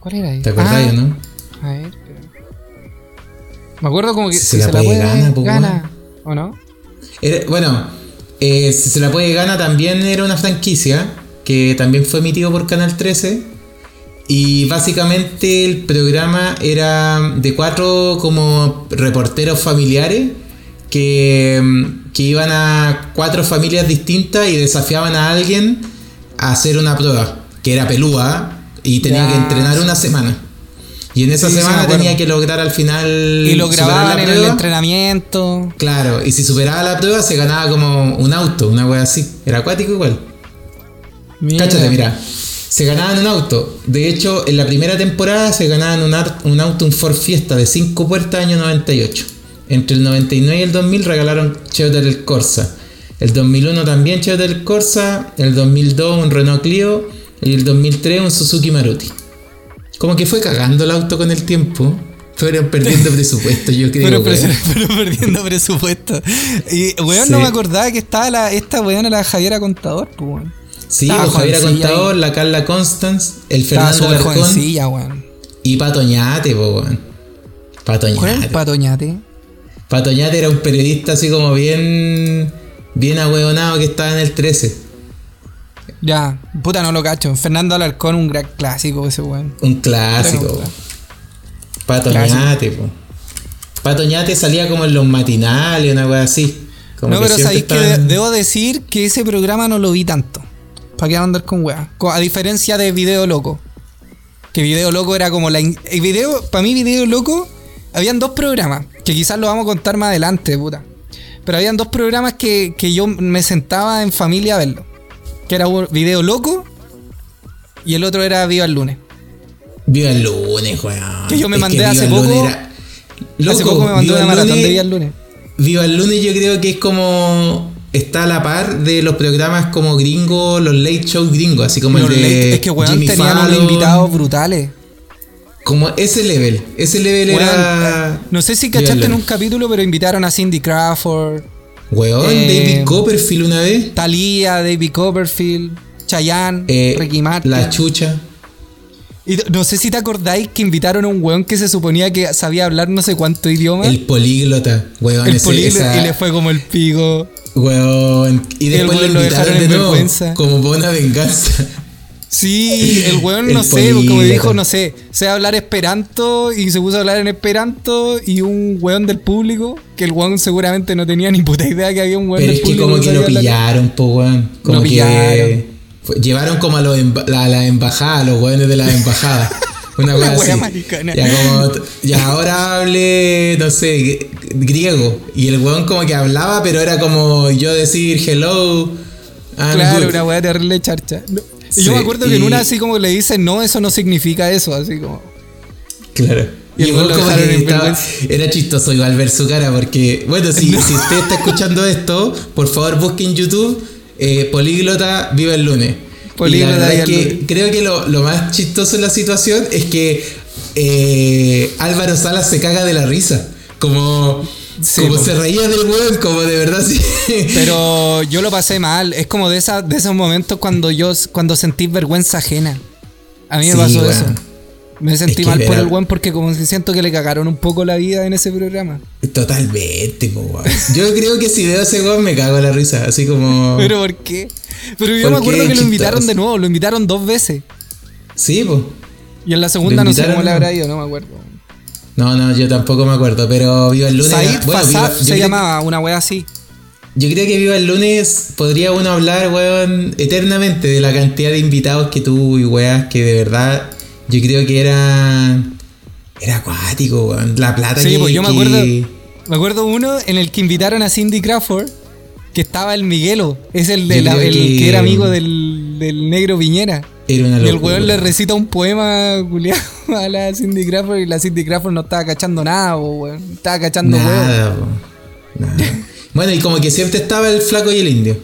Speaker 3: ¿Cuál era ahí?
Speaker 2: ¿Te acordáis,
Speaker 3: Ah,
Speaker 2: o no?
Speaker 3: A ver. espera. Me acuerdo como que
Speaker 2: Si se la puede, pues, gana, po,
Speaker 3: ¿O no?
Speaker 2: Era- bueno, eh, si se la puede gana también era una franquicia que también fue emitido por Canal 13 y básicamente el programa era de cuatro como reporteros familiares que, mm, que iban a cuatro familias distintas y desafiaban a alguien a hacer una prueba que era pelúa y tenía
Speaker 3: Ya,
Speaker 2: que entrenar una semana. Y en esa
Speaker 3: Sí, sí, me
Speaker 2: semana
Speaker 3: acuerdo.
Speaker 2: tenía que lograr al final...
Speaker 3: Y lo
Speaker 2: superar la
Speaker 3: grababan en el
Speaker 2: prueba.
Speaker 3: entrenamiento.
Speaker 2: Claro, y si superaba la prueba se ganaba como un auto, una wea así. Era acuático igual. Cáchate, mira. Se ganaban un auto. De hecho, en la primera temporada se ganaban un, ar- un auto, un Ford Fiesta de 5 puertas año 98. Entre el 99 y el 2000 regalaron Chevrolet el Corsa. El 2001 también Chevrolet el Corsa. El 2002 un Renault Clio. Y el 2003 un Suzuki Maruti. Como que fue cagando el auto con el tiempo. Fueron perdiendo presupuesto, yo creo.
Speaker 3: Pero,
Speaker 2: wea.
Speaker 3: pero- pero perdiendo presupuesto. Y, weón, no
Speaker 2: Sí.
Speaker 3: me acordaba que estaba la, esta weón, la Javiera Contador, pues, weón.
Speaker 2: Sí,
Speaker 3: Estaba
Speaker 2: pues, Javiera
Speaker 3: jovencilla
Speaker 2: Contador,
Speaker 3: ahí.
Speaker 2: la Carla Constance, el
Speaker 3: Estaba
Speaker 2: Fernando
Speaker 3: súper
Speaker 2: Alarcón
Speaker 3: jovencilla, weón.
Speaker 2: y Patoñate, po, weón.
Speaker 3: ¿Cuál era el
Speaker 2: Patoñate.
Speaker 3: patoñate?
Speaker 2: Patoñate era un periodista así como bien. bien ahueonado que estaba en el 13.
Speaker 3: Ya, puta, no lo cacho. Fernando Alarcón, un gran clásico ese weón.
Speaker 2: Un clásico,
Speaker 3: Claro.
Speaker 2: po. Patoñate, po. Patoñate salía como en los matinales, una weá así. Como
Speaker 3: No,
Speaker 2: que
Speaker 3: pero
Speaker 2: siempre
Speaker 3: sabéis que de-
Speaker 2: estaban-
Speaker 3: debo decir que ese programa no lo vi tanto. ¿Para qué andar con weas? Co- A diferencia de Video Loco. Que Video Loco era como la. in- el video, para mí, Video Loco, habían dos programas. Que quizás lo vamos a contar más adelante, puta. Pero habían dos programas que, que yo me sentaba en familia a verlo. Que era un Video Loco y el otro era Viva el Lunes.
Speaker 2: Viva el lunes, weón.
Speaker 3: Que yo me
Speaker 2: Es
Speaker 3: mandé
Speaker 2: Viva
Speaker 3: hace
Speaker 2: el lunes
Speaker 3: poco-
Speaker 2: era- Loco,
Speaker 3: Hace poco me mandó
Speaker 2: Viva
Speaker 3: una
Speaker 2: el
Speaker 3: maratón
Speaker 2: lunes-
Speaker 3: de Viva el Lunes.
Speaker 2: Viva el lunes yo creo que es como está a la par de los programas como gringo, los late show gringos, así como
Speaker 3: Los
Speaker 2: el de
Speaker 3: late- es que weón
Speaker 2: Jimmy
Speaker 3: tenían unos
Speaker 2: Fallon,
Speaker 3: invitados brutales.
Speaker 2: como ese level, ese level
Speaker 3: Weón,
Speaker 2: era
Speaker 3: No sé si
Speaker 2: Viva el
Speaker 3: cachaste en un
Speaker 2: lunes.
Speaker 3: capítulo, pero invitaron a Cindy Crawford,
Speaker 2: Weón,
Speaker 3: eh,
Speaker 2: David Copperfield una vez,
Speaker 3: Thalía, David Copperfield, Chayanne,
Speaker 2: eh,
Speaker 3: Ricky Martin.
Speaker 2: La Chucha,
Speaker 3: Y t- no sé si te acordáis que invitaron a un weón que se suponía que sabía hablar no sé cuánto idioma.
Speaker 2: el políglota, weón,
Speaker 3: el
Speaker 2: ese-
Speaker 3: políglota,
Speaker 2: esa-
Speaker 3: y le fue como el pico.
Speaker 2: weón, y
Speaker 3: el
Speaker 2: después lo
Speaker 3: weón lo
Speaker 2: invitaron
Speaker 3: dejaron
Speaker 2: de
Speaker 3: en
Speaker 2: nuevo
Speaker 3: vergüenza.
Speaker 2: como por una venganza.
Speaker 3: Sí, el weón,
Speaker 2: El
Speaker 3: no sé, como
Speaker 2: políglota.
Speaker 3: dijo, no sé, sé hablar esperanto y se puso a hablar en esperanto y un weón del público, que el weón seguramente no tenía ni puta idea que había un weón
Speaker 2: Pero
Speaker 3: del
Speaker 2: es que
Speaker 3: público.
Speaker 2: como que lo
Speaker 3: sabía hablar.
Speaker 2: pillaron, po, weón. Como
Speaker 3: Lo
Speaker 2: que
Speaker 3: pillaron.
Speaker 2: fue- llevaron como a los emba- la, la embajada, a los weones de la embajada. Una
Speaker 3: Una
Speaker 2: wea
Speaker 3: wea
Speaker 2: así.
Speaker 3: maricona.
Speaker 2: Ya como, ya ahora hable, no sé, gr- griego. Y el weón como que hablaba, pero era como yo decir hello. I'm
Speaker 3: Claro,
Speaker 2: good.
Speaker 3: una weá terrible charcha. No. Y
Speaker 2: Ah, Sí,
Speaker 3: yo me acuerdo que en
Speaker 2: y-
Speaker 3: una así como le dicen, no, eso no significa eso, así como.
Speaker 2: Claro.
Speaker 3: Y
Speaker 2: Y
Speaker 3: el
Speaker 2: el
Speaker 3: weón
Speaker 2: weón
Speaker 3: lo
Speaker 2: como
Speaker 3: dejaron
Speaker 2: que
Speaker 3: en
Speaker 2: estaba-
Speaker 3: vergüenza.
Speaker 2: era chistoso igual ver su cara porque, bueno, si, si usted está escuchando esto, por favor busquen en YouTube eh, Políglota Viva el Lunes.
Speaker 3: Políglota
Speaker 2: y la verdad
Speaker 3: Viva
Speaker 2: es
Speaker 3: el
Speaker 2: que
Speaker 3: Lunes.
Speaker 2: creo que lo, lo más chistoso en la situación es que eh, Álvaro Salas se caga de la risa. Como,
Speaker 3: Sí,
Speaker 2: como
Speaker 3: po.
Speaker 2: se reía del weón, como de verdad sí.
Speaker 3: Pero yo lo pasé mal. Es como de, esa, de esos momentos cuando yo cuando sentí vergüenza ajena. A mí me
Speaker 2: Sí,
Speaker 3: pasó
Speaker 2: weón.
Speaker 3: eso. Me sentí
Speaker 2: que
Speaker 3: mal por
Speaker 2: era-
Speaker 3: el weón porque como que siento que le cagaron un poco la vida en ese programa.
Speaker 2: Totalmente, po, weón. Yo creo que si veo a ese weón me cago en la risa, así como...
Speaker 3: Pero ¿por qué? Pero yo
Speaker 2: Oh. ¿Por
Speaker 3: me acuerdo
Speaker 2: qué?
Speaker 3: que lo invitaron
Speaker 2: Chistoso.
Speaker 3: de nuevo, lo invitaron dos veces.
Speaker 2: Sí, po.
Speaker 3: Y en la segunda no sé
Speaker 2: invitaron
Speaker 3: cómo le
Speaker 2: de
Speaker 3: habrá
Speaker 2: nuevo?
Speaker 3: ido, no me acuerdo.
Speaker 2: No, no, yo tampoco me acuerdo, pero Viva el Lunes.
Speaker 3: Said
Speaker 2: era- bueno,
Speaker 3: Fassad
Speaker 2: Viva- yo
Speaker 3: se
Speaker 2: creo-
Speaker 3: llamaba, una wea así.
Speaker 2: Yo creo que Viva el Lunes podría uno hablar, weón, eternamente de la cantidad de invitados que tuvo y weas que de verdad yo creo que era. Era acuático, weón. La plata
Speaker 3: Sí,
Speaker 2: que.
Speaker 3: pues yo me
Speaker 2: que-
Speaker 3: acuerdo. Me acuerdo uno en el que invitaron a Cindy Crawford, que estaba el Miguelo, es el, de
Speaker 2: Yo
Speaker 3: la-
Speaker 2: creo
Speaker 3: el que...
Speaker 2: que-
Speaker 3: era amigo del, del negro Viñera.
Speaker 2: Era una
Speaker 3: Y el
Speaker 2: locura.
Speaker 3: weón le recita un poema culiado a la Cindy Crawford y la Cindy Crawford no estaba cachando nada, po, weón. Estaba cachando weón.
Speaker 2: Nada, po. Nada. bueno, y como que siempre estaba el flaco y el indio.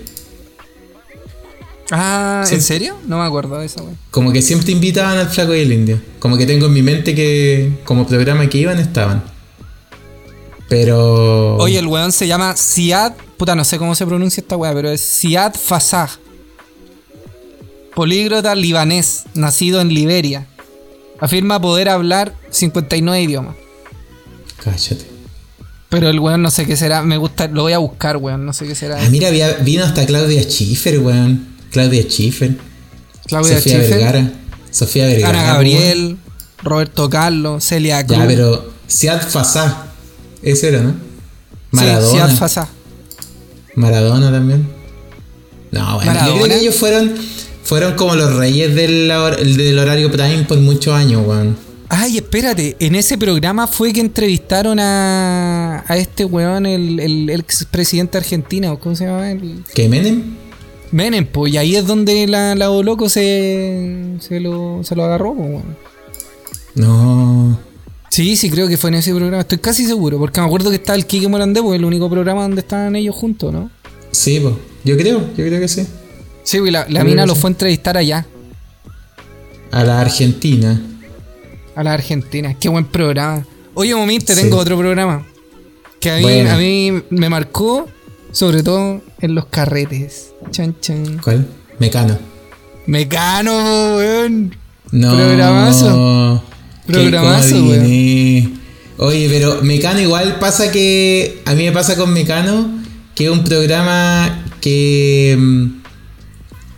Speaker 3: Ah,
Speaker 2: Sí.
Speaker 3: ¿en serio? No me acuerdo de eso, weón.
Speaker 2: Como que siempre invitaban al flaco y el indio. Como que tengo en mi mente que como programa que iban estaban. Pero.
Speaker 3: Oye, el weón se llama Siad, puta, no sé cómo se pronuncia esta weá, pero es Siad Fassah. Políglota libanés, nacido en Liberia. Afirma poder hablar 59 idiomas.
Speaker 2: Cállate.
Speaker 3: Pero el weón no sé qué será, me gusta, lo voy a buscar, weón, no sé qué será.
Speaker 2: Ah, mira, había- vino hasta Claudia Schiffer, weón. Claudia Schiffer.
Speaker 3: Claudia
Speaker 2: Sofía
Speaker 3: Schiffer,
Speaker 2: Vergara. Sofía Vergara.
Speaker 3: Ana
Speaker 2: weón.
Speaker 3: Gabriel, Roberto Carlos, Celia Cruz.
Speaker 2: Ya, pero Siad Fasá. Ese era, ¿no?
Speaker 3: Sí,
Speaker 2: Maradona.
Speaker 3: Siad Fassah.
Speaker 2: Maradona también. No, bueno, yo creo
Speaker 3: Maradona.
Speaker 2: que ellos fueron, fueron como los reyes del, hor- del horario prime por muchos años, weón.
Speaker 3: Ay, espérate, en ese programa fue que entrevistaron a, a este weón, el, el, expresidente argentino, ¿cómo se llama? El,
Speaker 2: ¿Qué Menem?
Speaker 3: Menem, po, y ahí es donde la, la O Loco se, se, lo, se lo agarró, po, weón.
Speaker 2: No.
Speaker 3: Sí, sí, creo que fue en ese programa, estoy casi seguro, porque me acuerdo que estaba el Kike Morandé, pues el único programa donde estaban ellos juntos, ¿no?
Speaker 2: Sí, po. Yo creo, yo creo que sí.
Speaker 3: Sí, pues la, la
Speaker 2: Creo
Speaker 3: mina
Speaker 2: que
Speaker 3: lo
Speaker 2: sí.
Speaker 3: fue a entrevistar allá,
Speaker 2: A la Argentina.
Speaker 3: a la Argentina. Qué buen programa. Oye, Momín, te
Speaker 2: Sí.
Speaker 3: tengo otro programa que a mí,
Speaker 2: Bueno.
Speaker 3: a mí me marcó, sobre todo en los carretes. Chan, chan.
Speaker 2: ¿Cuál? Mecano.
Speaker 3: Mecano, weón.
Speaker 2: No.
Speaker 3: Programazo.
Speaker 2: Qué
Speaker 3: Programazo, weón.
Speaker 2: comodín, eh. Oye, pero Mecano igual pasa que. A mí me pasa con Mecano que es un programa que. mm,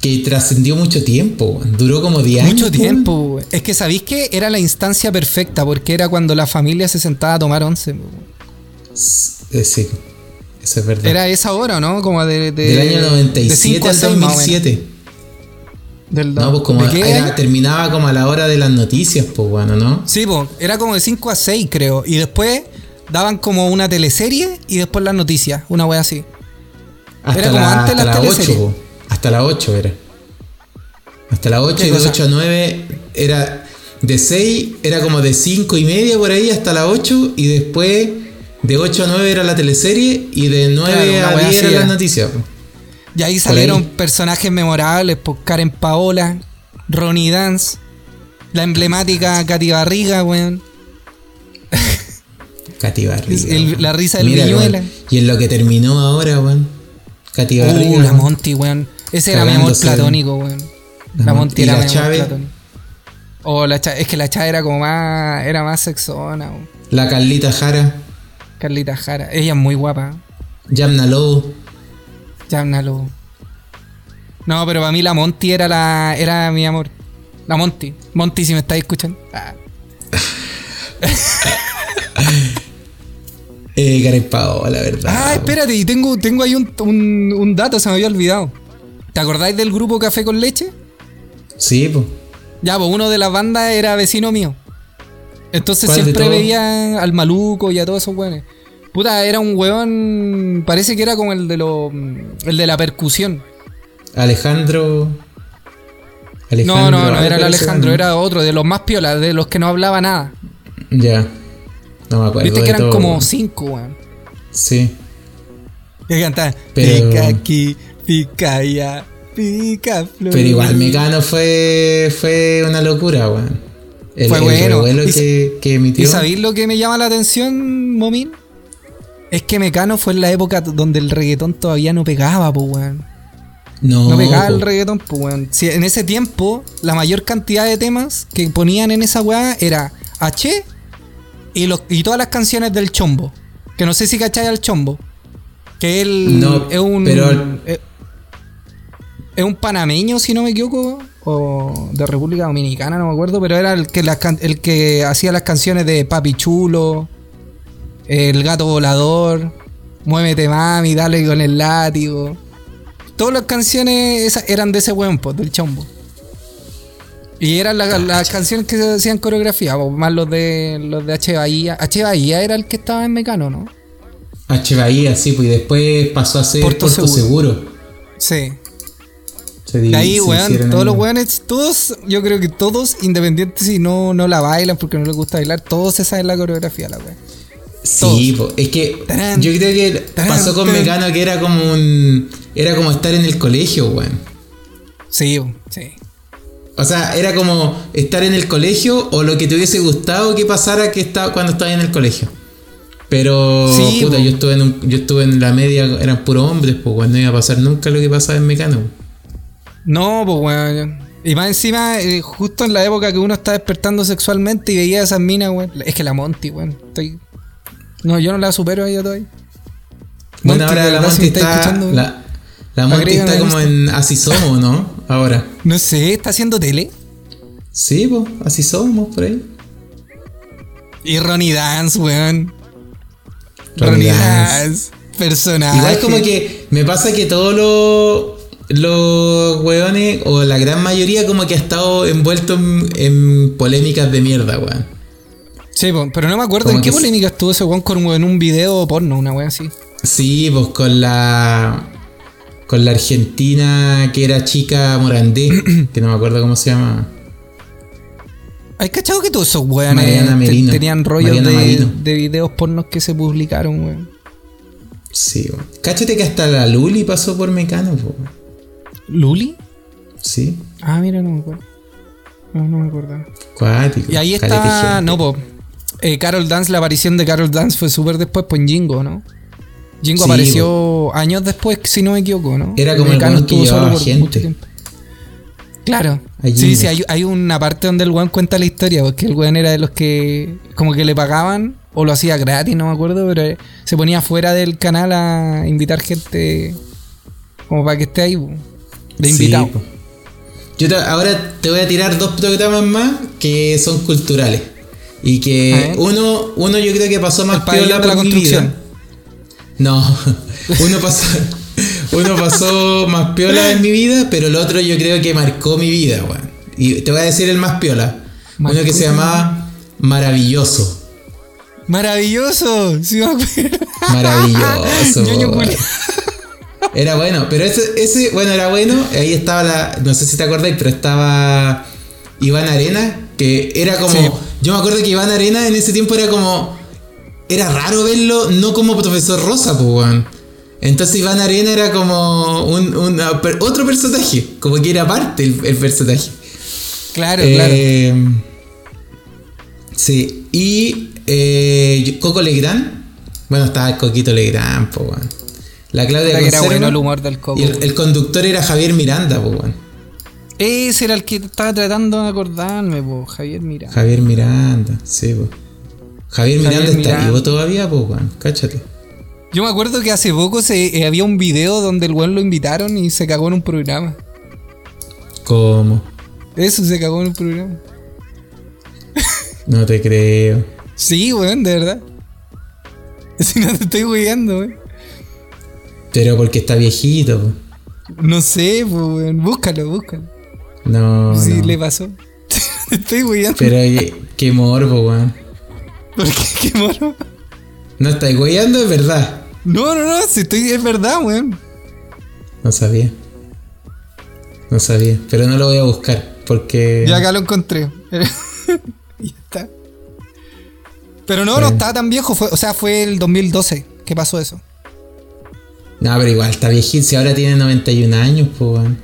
Speaker 2: que trascendió mucho tiempo. weón. Duró como 10 años.
Speaker 3: Mucho
Speaker 2: weón.
Speaker 3: tiempo, weón. Es que sabéis que era la instancia perfecta, porque era cuando la familia se sentaba a tomar once. weón.
Speaker 2: S- eh, Sí. Eso es verdad.
Speaker 3: Era esa hora, ¿no? Como de, de-
Speaker 2: Del año
Speaker 3: de
Speaker 2: 97
Speaker 3: cinco a
Speaker 2: al
Speaker 3: seis, más o menos.
Speaker 2: 2007.
Speaker 3: Del-
Speaker 2: No, pues como
Speaker 3: ¿de qué
Speaker 2: era-
Speaker 3: año?
Speaker 2: terminaba como a la hora de las noticias, pues bueno, ¿no?
Speaker 3: Sí, po, era como de 5 a 6, creo. Y después daban como una teleserie y después las noticias, una wea así. Era como antes
Speaker 2: hasta
Speaker 3: las
Speaker 2: la 8,
Speaker 3: teleseries.
Speaker 2: po. hasta la 8 era. Hasta la 8
Speaker 3: ¿Qué
Speaker 2: y de
Speaker 3: cosa?
Speaker 2: 8 a 9 era de 6, era como de 5 y media por ahí hasta la 8 y después de 8 a 9 era la teleserie y de 9
Speaker 3: Claro, una
Speaker 2: a
Speaker 3: wea
Speaker 2: 10
Speaker 3: así
Speaker 2: era,
Speaker 3: era.
Speaker 2: la noticia. po.
Speaker 3: Y ahí
Speaker 2: Por
Speaker 3: salieron
Speaker 2: ahí.
Speaker 3: personajes memorables, por Karen Paola, Ronnie Dance, la emblemática Katy Barriga, weón.
Speaker 2: Cati Barriga.
Speaker 3: El-
Speaker 2: po.
Speaker 3: la risa del Viñuela.
Speaker 2: weón, Y en lo que terminó ahora, weón. Cati Barriga.
Speaker 3: Uh, la
Speaker 2: weón.
Speaker 3: Monty, weón. Ese era mi amor
Speaker 2: Cagándose de-
Speaker 3: platónico, weón.
Speaker 2: La
Speaker 3: La
Speaker 2: Mon-
Speaker 3: Monty
Speaker 2: ¿Y
Speaker 3: era
Speaker 2: la
Speaker 3: mi amor
Speaker 2: Chave?
Speaker 3: platónico. Oh, la Chave- es que la Chave era como más. Era más sexona, weón.
Speaker 2: La Carlita Jara.
Speaker 3: Carlita Jara. Ella es muy guapa.
Speaker 2: Yamna Lobo.
Speaker 3: Llámnalo. No, pero para mí la Monty era la. era mi amor. La Monty. Monty, si me estáis escuchando. Ah.
Speaker 2: Eh, Karen Paola, verdad.
Speaker 3: Ah, espérate, y tengo, tengo ahí un, un- un dato, se me había olvidado. ¿Te acordáis del grupo Café con Leche?
Speaker 2: Sí, pues.
Speaker 3: Ya, pues uno de las bandas era vecino mío. Entonces
Speaker 2: ¿Cuál de
Speaker 3: siempre
Speaker 2: todos?
Speaker 3: veía al maluco y a todos esos weones. Puta, era un weón. Parece que era como el de lo. el de la percusión.
Speaker 2: Alejandro.
Speaker 3: no, no, no
Speaker 2: algo
Speaker 3: era el
Speaker 2: parece,
Speaker 3: Alejandro,
Speaker 2: ¿no?
Speaker 3: era otro, de los más piolas, de los que no hablaba nada.
Speaker 2: Ya. No me acuerdo.
Speaker 3: Viste
Speaker 2: de
Speaker 3: que eran
Speaker 2: todo.
Speaker 3: como cinco, weón.
Speaker 2: Sí.
Speaker 3: Que cantaban.
Speaker 2: Pero-
Speaker 3: Pica aquí, pica allá, pica flor.
Speaker 2: Pero igual Mecano fue, fue una locura, weón. El,
Speaker 3: Fue
Speaker 2: el
Speaker 3: bueno.
Speaker 2: revuelo
Speaker 3: Y-
Speaker 2: que, que
Speaker 3: ¿Y
Speaker 2: emitió.
Speaker 3: sabéis lo que me llama la atención, Momín? Es que Mecano fue en la época donde el reggaetón todavía no pegaba, pues, weón.
Speaker 2: No,
Speaker 3: No pegaba el
Speaker 2: po.
Speaker 3: reggaetón, pues, weón. Si en ese tiempo, la mayor cantidad de temas que ponían en esa weá era H y, los, y todas las canciones del Chombo. Que no sé si cacháis al Chombo. Que él
Speaker 2: No,
Speaker 3: es un.
Speaker 2: pero-
Speaker 3: eh, es un panameño, si no me equivoco, o de República Dominicana, no me acuerdo, pero era el que, las can- el que hacía las canciones de Papi Chulo, El Gato Volador, Muévete Mami, Dale con el látigo. Todas las canciones esas eran de ese buen po, del chombo. Y eran la- las canciones que se hacían coreografía, po, más los de los de H. Bahía. H. Bahía era el que estaba en Mecano, ¿no?
Speaker 2: H. Bahía, sí, pues. Y después pasó a ser
Speaker 3: Puerto
Speaker 2: Puerto,
Speaker 3: Seguro.
Speaker 2: Seguro.
Speaker 3: Sí.
Speaker 2: Se
Speaker 3: De
Speaker 2: divi-
Speaker 3: ahí,
Speaker 2: se
Speaker 3: weón,
Speaker 2: hicieron
Speaker 3: todos
Speaker 2: ahí.
Speaker 3: los weones, todos, yo creo que todos, independientes si no, no la bailan porque no les gusta bailar, todos se saben la coreografía, la weón.
Speaker 2: Sí, po. es que
Speaker 3: Tarán,
Speaker 2: yo creo que
Speaker 3: tarán,
Speaker 2: pasó con
Speaker 3: tarán.
Speaker 2: Mecano que era como un. Era como estar en el colegio, weón.
Speaker 3: Sí, po, sí.
Speaker 2: O sea, era como estar en el colegio o lo que te hubiese gustado que pasara que está, cuando estabas en el colegio. Pero
Speaker 3: Sí,
Speaker 2: puta,
Speaker 3: po.
Speaker 2: yo estuve en un- yo estuve en la media, eran puros hombres, pues cuando iba a pasar nunca lo que pasaba en Mecano.
Speaker 3: No, pues weón. Y más encima, eh, justo en la época que uno está despertando sexualmente y veía esas minas, weón. Es que la Monty, weón. Estoy... No, yo no la supero a ella todavía.
Speaker 2: Bueno,
Speaker 3: Monty,
Speaker 2: ahora
Speaker 3: de
Speaker 2: la
Speaker 3: verdad, si
Speaker 2: Monty
Speaker 3: me estáis
Speaker 2: está.
Speaker 3: escuchando,
Speaker 2: La, la Monty
Speaker 3: agrégame
Speaker 2: está
Speaker 3: al
Speaker 2: como en Así somos, ¿no? Ahora.
Speaker 3: No sé, está haciendo tele.
Speaker 2: Sí, pues, así somos, por ahí.
Speaker 3: Y Ronnie Dance, weón. Ronnie,
Speaker 2: Ronnie
Speaker 3: Dance.
Speaker 2: Dance.
Speaker 3: Personaje.
Speaker 2: Igual como que me pasa que todos los los weones, o la gran mayoría, como que ha estado envuelto en, en polémicas de mierda, weón.
Speaker 3: Sí, po, pero no me acuerdo
Speaker 2: Como
Speaker 3: en qué
Speaker 2: que sí.
Speaker 3: polémica estuvo ese weón con en un video porno, una weón así.
Speaker 2: Sí, pues con la. Con la argentina que era chica Morandé, que no me acuerdo cómo se llama.
Speaker 3: ¿Hay cachado que todos esos weones
Speaker 2: Mariana
Speaker 3: te-
Speaker 2: Merino.
Speaker 3: tenían rollos
Speaker 2: Mariana
Speaker 3: de,
Speaker 2: Marino.
Speaker 3: de videos pornos que se publicaron, weón?
Speaker 2: Sí, weón. Cáchate que hasta la Luli pasó por Mecano, po.
Speaker 3: ¿Luli?
Speaker 2: Sí,
Speaker 3: Ah, mira, no me acuerdo. No, no me acuerdo.
Speaker 2: cuático.
Speaker 3: Y ahí
Speaker 2: caleta de
Speaker 3: está.
Speaker 2: gente.
Speaker 3: No, po. eh, Carol Dance, la aparición de Carol Dance fue súper después, pues en Jingo, ¿no? Jingo
Speaker 2: Sí,
Speaker 3: apareció años después, si no me equivoco, ¿no?
Speaker 2: Era como el
Speaker 3: Mecano
Speaker 2: weón que
Speaker 3: estuvo solo
Speaker 2: llevaba
Speaker 3: por
Speaker 2: gente.
Speaker 3: mucho tiempo. Claro.
Speaker 2: A
Speaker 3: Sí,
Speaker 2: Jingo.
Speaker 3: sí, hay, hay una parte donde el weón cuenta la historia, porque el weón era de los que como que le pagaban o lo hacía gratis, no me acuerdo, pero eh, se ponía fuera del canal a invitar gente como para que esté ahí, po, de
Speaker 2: Sí,
Speaker 3: invitado.
Speaker 2: po. Yo te- ahora te voy a tirar dos programas más que son culturales. Y
Speaker 3: A
Speaker 2: que
Speaker 3: ver.
Speaker 2: uno, uno yo creo que pasó más
Speaker 3: El pabellón
Speaker 2: piola
Speaker 3: de la
Speaker 2: por mi
Speaker 3: construcción.
Speaker 2: vida. No, uno pasó, uno pasó más piola en mi vida, pero el otro yo creo que marcó mi vida, weón. Y te voy a decir el más piola.
Speaker 3: Marcó
Speaker 2: uno que
Speaker 3: tu
Speaker 2: se llamaba Maravilloso.
Speaker 3: Maravilloso, sí me acuerdo.
Speaker 2: Maravilloso.
Speaker 3: Ñoño
Speaker 2: po,
Speaker 3: culiao.
Speaker 2: weón. Era bueno, pero ese, ese, bueno, era bueno. Ahí estaba la, no sé si te acordáis, pero estaba Iván Arena, que era como,
Speaker 3: Sí.
Speaker 2: yo me acuerdo que Iván Arena en ese tiempo era como, era raro verlo no como profesor Rosa, pues, weón. Entonces Iván Arena era como un, una per- otro personaje, como que era aparte el, el personaje.
Speaker 3: Claro, claro.
Speaker 2: Eh, Sí, y eh, yo- Coco Legrand. Bueno, estaba el Coquito Legrand, po, weón. La Claudia
Speaker 3: Puta que era
Speaker 2: Conserva,
Speaker 3: bueno el humor del Coco.
Speaker 2: Y el, el conductor era Javier Miranda, po, weón.
Speaker 3: Ese era el que estaba tratando de acordarme, po, Javier Mira.
Speaker 2: Javier Miranda, sí, po. Javier Miranda está
Speaker 3: Miranda.
Speaker 2: vivo todavía, po, weón. Cáchate.
Speaker 3: Yo me acuerdo que hace poco se, eh, había un video donde el weón lo invitaron y se cagó en un programa.
Speaker 2: ¿Cómo?
Speaker 3: Eso se cagó en el programa.
Speaker 2: No te creo.
Speaker 3: Sí, weón, de verdad. Si no te estoy guiando, weón.
Speaker 2: Pero porque está viejito. po.
Speaker 3: No sé, pues, weón. Búscalo, búscalo.
Speaker 2: No.
Speaker 3: si
Speaker 2: no.
Speaker 3: le pasó. te estoy guiando.
Speaker 2: Pero qué, qué morbo, weón.
Speaker 3: ¿Por qué? ¿Qué mono?
Speaker 2: No estáis weyando, es verdad.
Speaker 3: No, no, no. Si estoy, es verdad, weón.
Speaker 2: No sabía. No sabía. Pero no lo voy a buscar. Porque.
Speaker 3: Yo acá lo encontré. y está. Pero no, no
Speaker 2: Bueno.
Speaker 3: estaba tan viejo. Fue, o sea, fue el 2012 que pasó eso.
Speaker 2: No, pero igual, está viejito. Si ahora tiene 91 años, pues, weón.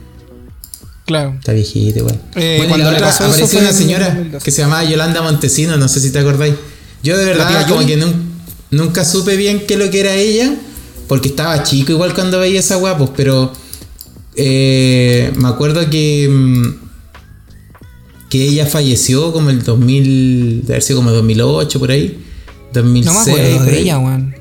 Speaker 3: Claro.
Speaker 2: Está viejito, igual.
Speaker 3: Eh,
Speaker 2: bueno, y
Speaker 3: cuando
Speaker 2: la
Speaker 3: le
Speaker 2: otra,
Speaker 3: pasó eso
Speaker 2: apareció
Speaker 3: fue
Speaker 2: una
Speaker 3: en
Speaker 2: señora
Speaker 3: 2012.
Speaker 2: que se llamaba Yolanda Montesino, no sé si te acordáis. Yo de
Speaker 3: tía
Speaker 2: verdad, como
Speaker 3: Yoli?
Speaker 2: que nun- nunca supe bien qué lo que era ella, porque estaba chico igual cuando veía esa guapos, pero eh, me acuerdo que, mm, que ella falleció como el 2000, de haber sido como 2008, por ahí. 2006,
Speaker 3: No me acuerdo
Speaker 2: por
Speaker 3: de
Speaker 2: ahí.
Speaker 3: ella, weón.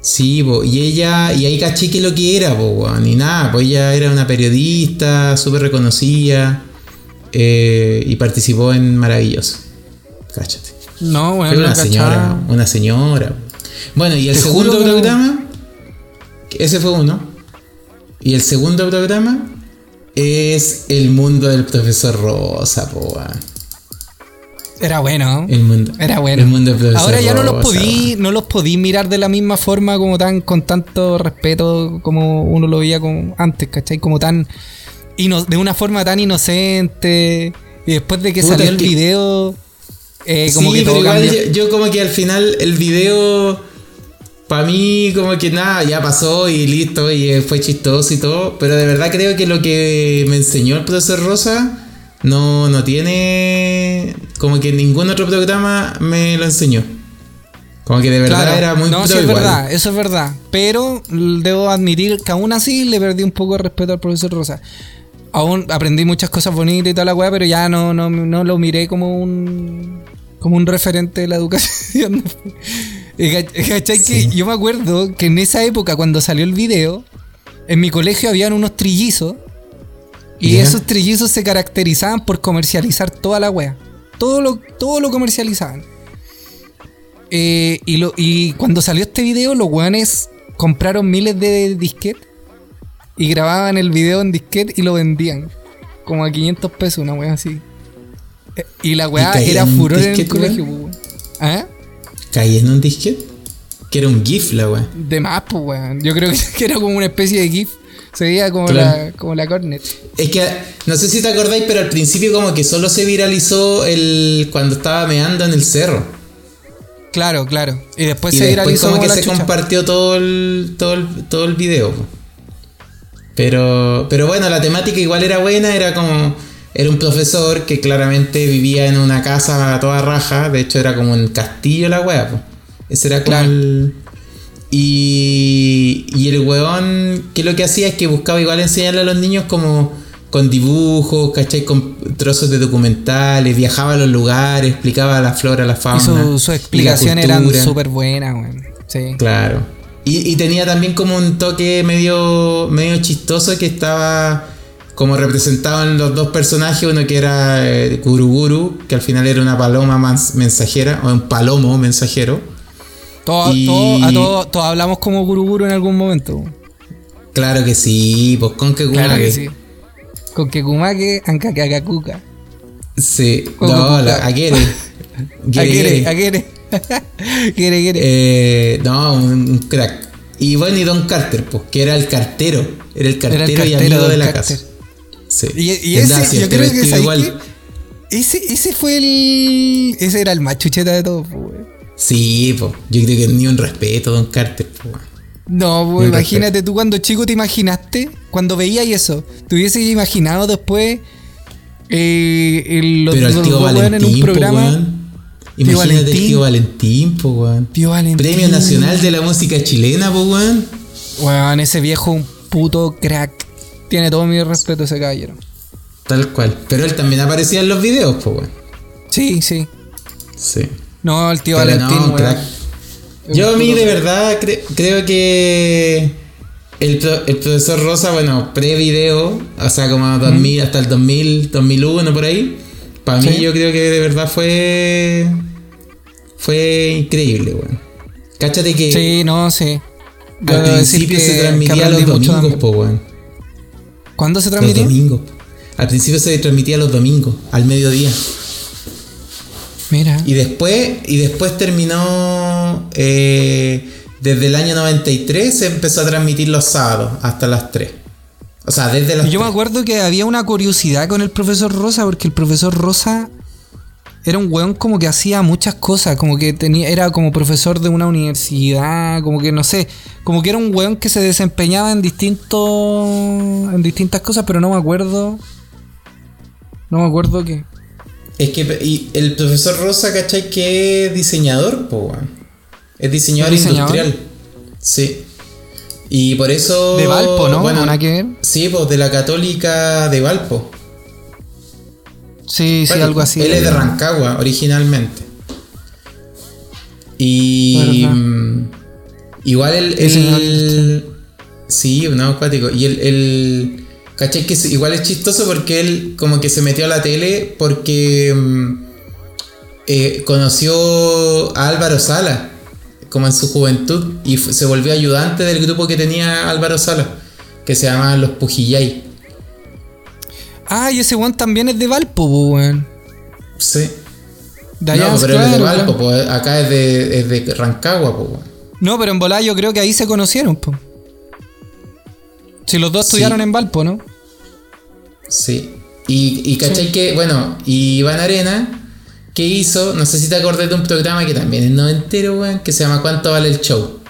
Speaker 2: Sí, po, y ella, y ahí caché que lo que era, po, weón, y nada, pues ella era una periodista súper reconocida eh, y participó en Maravilloso. Cáchate.
Speaker 3: No, weón. Ah,
Speaker 2: Fue
Speaker 3: no
Speaker 2: una señora,
Speaker 3: cachaba.
Speaker 2: una señora. Bueno, y el
Speaker 3: Te
Speaker 2: segundo
Speaker 3: juro que-
Speaker 2: programa, que ese fue uno, y el segundo programa es El mundo del profesor Rosa, po, weón.
Speaker 3: Era bueno.
Speaker 2: El mundo,
Speaker 3: Era bueno.
Speaker 2: El mundo del profesor
Speaker 3: Ahora ya no los
Speaker 2: Rosa,
Speaker 3: podí, no los podí mirar de la misma forma como tan con tanto respeto como uno lo veía con, antes, ¿cachai? Como tan ino- de una forma tan inocente. Y después de que
Speaker 2: Puta,
Speaker 3: salió
Speaker 2: es
Speaker 3: el
Speaker 2: que-
Speaker 3: video, eh, como
Speaker 2: sí,
Speaker 3: que
Speaker 2: pero
Speaker 3: todo
Speaker 2: igual
Speaker 3: cambió.
Speaker 2: yo, yo como que al final el video para mí como que nada, ya pasó y listo y eh, fue chistoso y todo, pero de verdad creo que lo que me enseñó el profesor Rosa no no tiene como que ningún otro programa me lo enseñó. Como que de verdad
Speaker 3: Claro,
Speaker 2: era muy
Speaker 3: no,
Speaker 2: pro
Speaker 3: sí es
Speaker 2: igual.
Speaker 3: verdad, eso es verdad. Pero l- debo admitir que aún así le perdí un poco de respeto al profesor Rosa. Aún aprendí muchas cosas bonitas y toda la weá, pero ya no, no, no lo miré como un como un referente de la educación. Y Eh, ca- ¿Cachai?
Speaker 2: Sí.
Speaker 3: Que yo me acuerdo que en esa época, cuando salió el video, en mi colegio habían unos trillizos. Y
Speaker 2: Ya.
Speaker 3: esos trillizos se caracterizaban por comercializar toda la wea. Todo lo, todo lo comercializaban. Eh, y, lo, y cuando salió este video, los weones compraron miles de disquetes y grababan el video en disquete y lo vendían. Como a 500 pesos, una wea así. Eh, Y la wea
Speaker 2: caía
Speaker 3: era
Speaker 2: en un
Speaker 3: furor en el
Speaker 2: disquete,
Speaker 3: colegio, pues, weón. ¿Ah?
Speaker 2: Caí en un disquete que era un GIF la weá.
Speaker 3: De más, pues, weón. Yo creo que era como una especie de GIF. Se veía como,
Speaker 2: Claro.
Speaker 3: la, como la Cornet.
Speaker 2: Es que no sé si te acordáis, pero al principio como que solo se viralizó el cuando estaba meando en el cerro.
Speaker 3: Claro, claro. Y después
Speaker 2: y
Speaker 3: se
Speaker 2: después
Speaker 3: viralizó
Speaker 2: como que
Speaker 3: la
Speaker 2: se
Speaker 3: chucha.
Speaker 2: compartió todo el, todo el, todo el video. po. Pero, pero bueno, la temática igual era buena, era como... Era un profesor que claramente vivía en una casa a toda raja, de hecho era como un castillo la wea. po. Ese era como
Speaker 3: Claro.
Speaker 2: el- Y, y el weón que lo que hacía es que buscaba igual enseñarle a los niños como con dibujos, ¿cachai? Con trozos de documentales, viajaba a los lugares, explicaba la flora, la fauna.
Speaker 3: Y su, su
Speaker 2: y la
Speaker 3: explicación eran
Speaker 2: cultura.
Speaker 3: súper buenas, weón. Sí.
Speaker 2: Claro. Y, y tenía también como un toque medio, medio chistoso que estaba como representado en los dos personajes, uno que era eh, Guruguru, que al final era una paloma mans- mensajera, o un palomo mensajero.
Speaker 3: Todo-
Speaker 2: Y-
Speaker 3: todo- a todo- todos hablamos como guruguru en algún momento. weón.
Speaker 2: Claro que sí, pues con que
Speaker 3: Claro que
Speaker 2: Guruguru.
Speaker 3: sí. Con Kekumake, Ankakeakakuka.
Speaker 2: Sí,
Speaker 3: Con
Speaker 2: no,
Speaker 3: Goku.
Speaker 2: la, a Gere. Gere,
Speaker 3: Akere,
Speaker 2: Gere.
Speaker 3: Akere. Akere, Akere.
Speaker 2: Eh, no, un, un crack. Y bueno, y Don Carter, pues, que era el cartero. Era el cartero, y
Speaker 3: cartero,
Speaker 2: amigo
Speaker 3: Don
Speaker 2: de la
Speaker 3: Carter.
Speaker 2: casa. Sí.
Speaker 3: Y, y
Speaker 2: Que andaba
Speaker 3: ese, yo
Speaker 2: siempre
Speaker 3: creo que
Speaker 2: vestido
Speaker 3: ¿sabes qué? Ese, ese fue el. Ese era el más chucheta de todos, po, weón.
Speaker 2: Sí, po. yo creo que ni un respeto, Don Carter. po, weón.
Speaker 3: No,
Speaker 2: Ni
Speaker 3: pues
Speaker 2: un
Speaker 3: imagínate tú cuando chico te imaginaste, cuando veías eso, te hubieses imaginado después eh, el, los-
Speaker 2: Pero al
Speaker 3: los
Speaker 2: tío
Speaker 3: dos weones
Speaker 2: Valentín,
Speaker 3: en un programa.
Speaker 2: po, weón. Imagínate el
Speaker 3: Valentín.
Speaker 2: tío Valentín, po, weón.
Speaker 3: Tío Valentín.
Speaker 2: Premio Nacional de la Música Chilena, po, weón.
Speaker 3: Weón, ese viejo un puto crack. Tiene todo mi respeto ese caballero.
Speaker 2: Tal cual. Pero él también aparecía en los videos, po, weón.
Speaker 3: Sí, sí.
Speaker 2: Sí.
Speaker 3: No, el tío
Speaker 2: Pero no,
Speaker 3: Valentín,
Speaker 2: un
Speaker 3: weón.
Speaker 2: crack. Yo a mí de verdad cre- creo que El, pro- el profesor Rosa, bueno, pre-video, o sea, como 2000, hasta el 2000, 2001 por ahí, para mí
Speaker 3: Sí.
Speaker 2: yo creo que de verdad fue. Fue increíble, weón. Cáchate que
Speaker 3: Sí, no, sí. Yo
Speaker 2: eh. al
Speaker 3: debo decir
Speaker 2: principio
Speaker 3: que-
Speaker 2: se
Speaker 3: que
Speaker 2: transmitía
Speaker 3: aprendí
Speaker 2: los
Speaker 3: mucho también.
Speaker 2: domingos, po, weón.
Speaker 3: ¿Cuándo se
Speaker 2: Los
Speaker 3: transmitió?
Speaker 2: domingos. Al principio se transmitía los domingos, al mediodía.
Speaker 3: Mira.
Speaker 2: Y después, y después terminó. eh, desde el año 93 se empezó a transmitir los sábados hasta las 3. O sea, desde las
Speaker 3: Yo me
Speaker 2: 3.
Speaker 3: acuerdo que había una curiosidad con el profesor Rosa, porque el profesor Rosa era un weón como que hacía muchas cosas, como que tenía, era como profesor de una universidad, como que no sé, como que era un weón que se desempeñaba en distintos. en distintas cosas, pero no me acuerdo. No me acuerdo qué.
Speaker 2: Es que y el profesor Rosa, ¿cachai? Que es diseñador, po, weón. Es diseñador,
Speaker 3: ¿Es diseñador?
Speaker 2: industrial. Sí. Y por eso.
Speaker 3: De Valpo, ¿no?
Speaker 2: Bueno,
Speaker 3: Nada que ver.
Speaker 2: Sí, pues de la católica de Valpo.
Speaker 3: Sí, sí,
Speaker 2: Bueno,
Speaker 3: algo así.
Speaker 2: Él es de Rancagua, originalmente. Y.
Speaker 3: Verdad.
Speaker 2: mm, Igual el.
Speaker 3: Ese
Speaker 2: el-
Speaker 3: no lo
Speaker 2: sí, no, acuático. Y el. el ¿Cachai? Que es- igual es chistoso porque él, como que se metió a la tele porque. mm, eh, conoció a Álvaro Sala, como en su juventud, y fu- se volvió ayudante del grupo que tenía Álvaro Sala, que se llama Los Pujillay.
Speaker 3: Ah, y ese weón también es de Valpo, po, weón.
Speaker 2: Sí.
Speaker 3: De allá,
Speaker 2: no, pero él es de
Speaker 3: claro,
Speaker 2: Valpo,
Speaker 3: claro.
Speaker 2: pues, acá es de, es de Rancagua, pues. weón.
Speaker 3: No, pero en Volá yo creo que ahí se conocieron, po. Si los dos
Speaker 2: Sí.
Speaker 3: estudiaron en Valpo, ¿no?
Speaker 2: Sí. Y, y cachai que, bueno, y Iván Arena, que hizo, no sé si te acordás de un programa que también es noventero, weón, que se llama ¿Cuánto vale el show?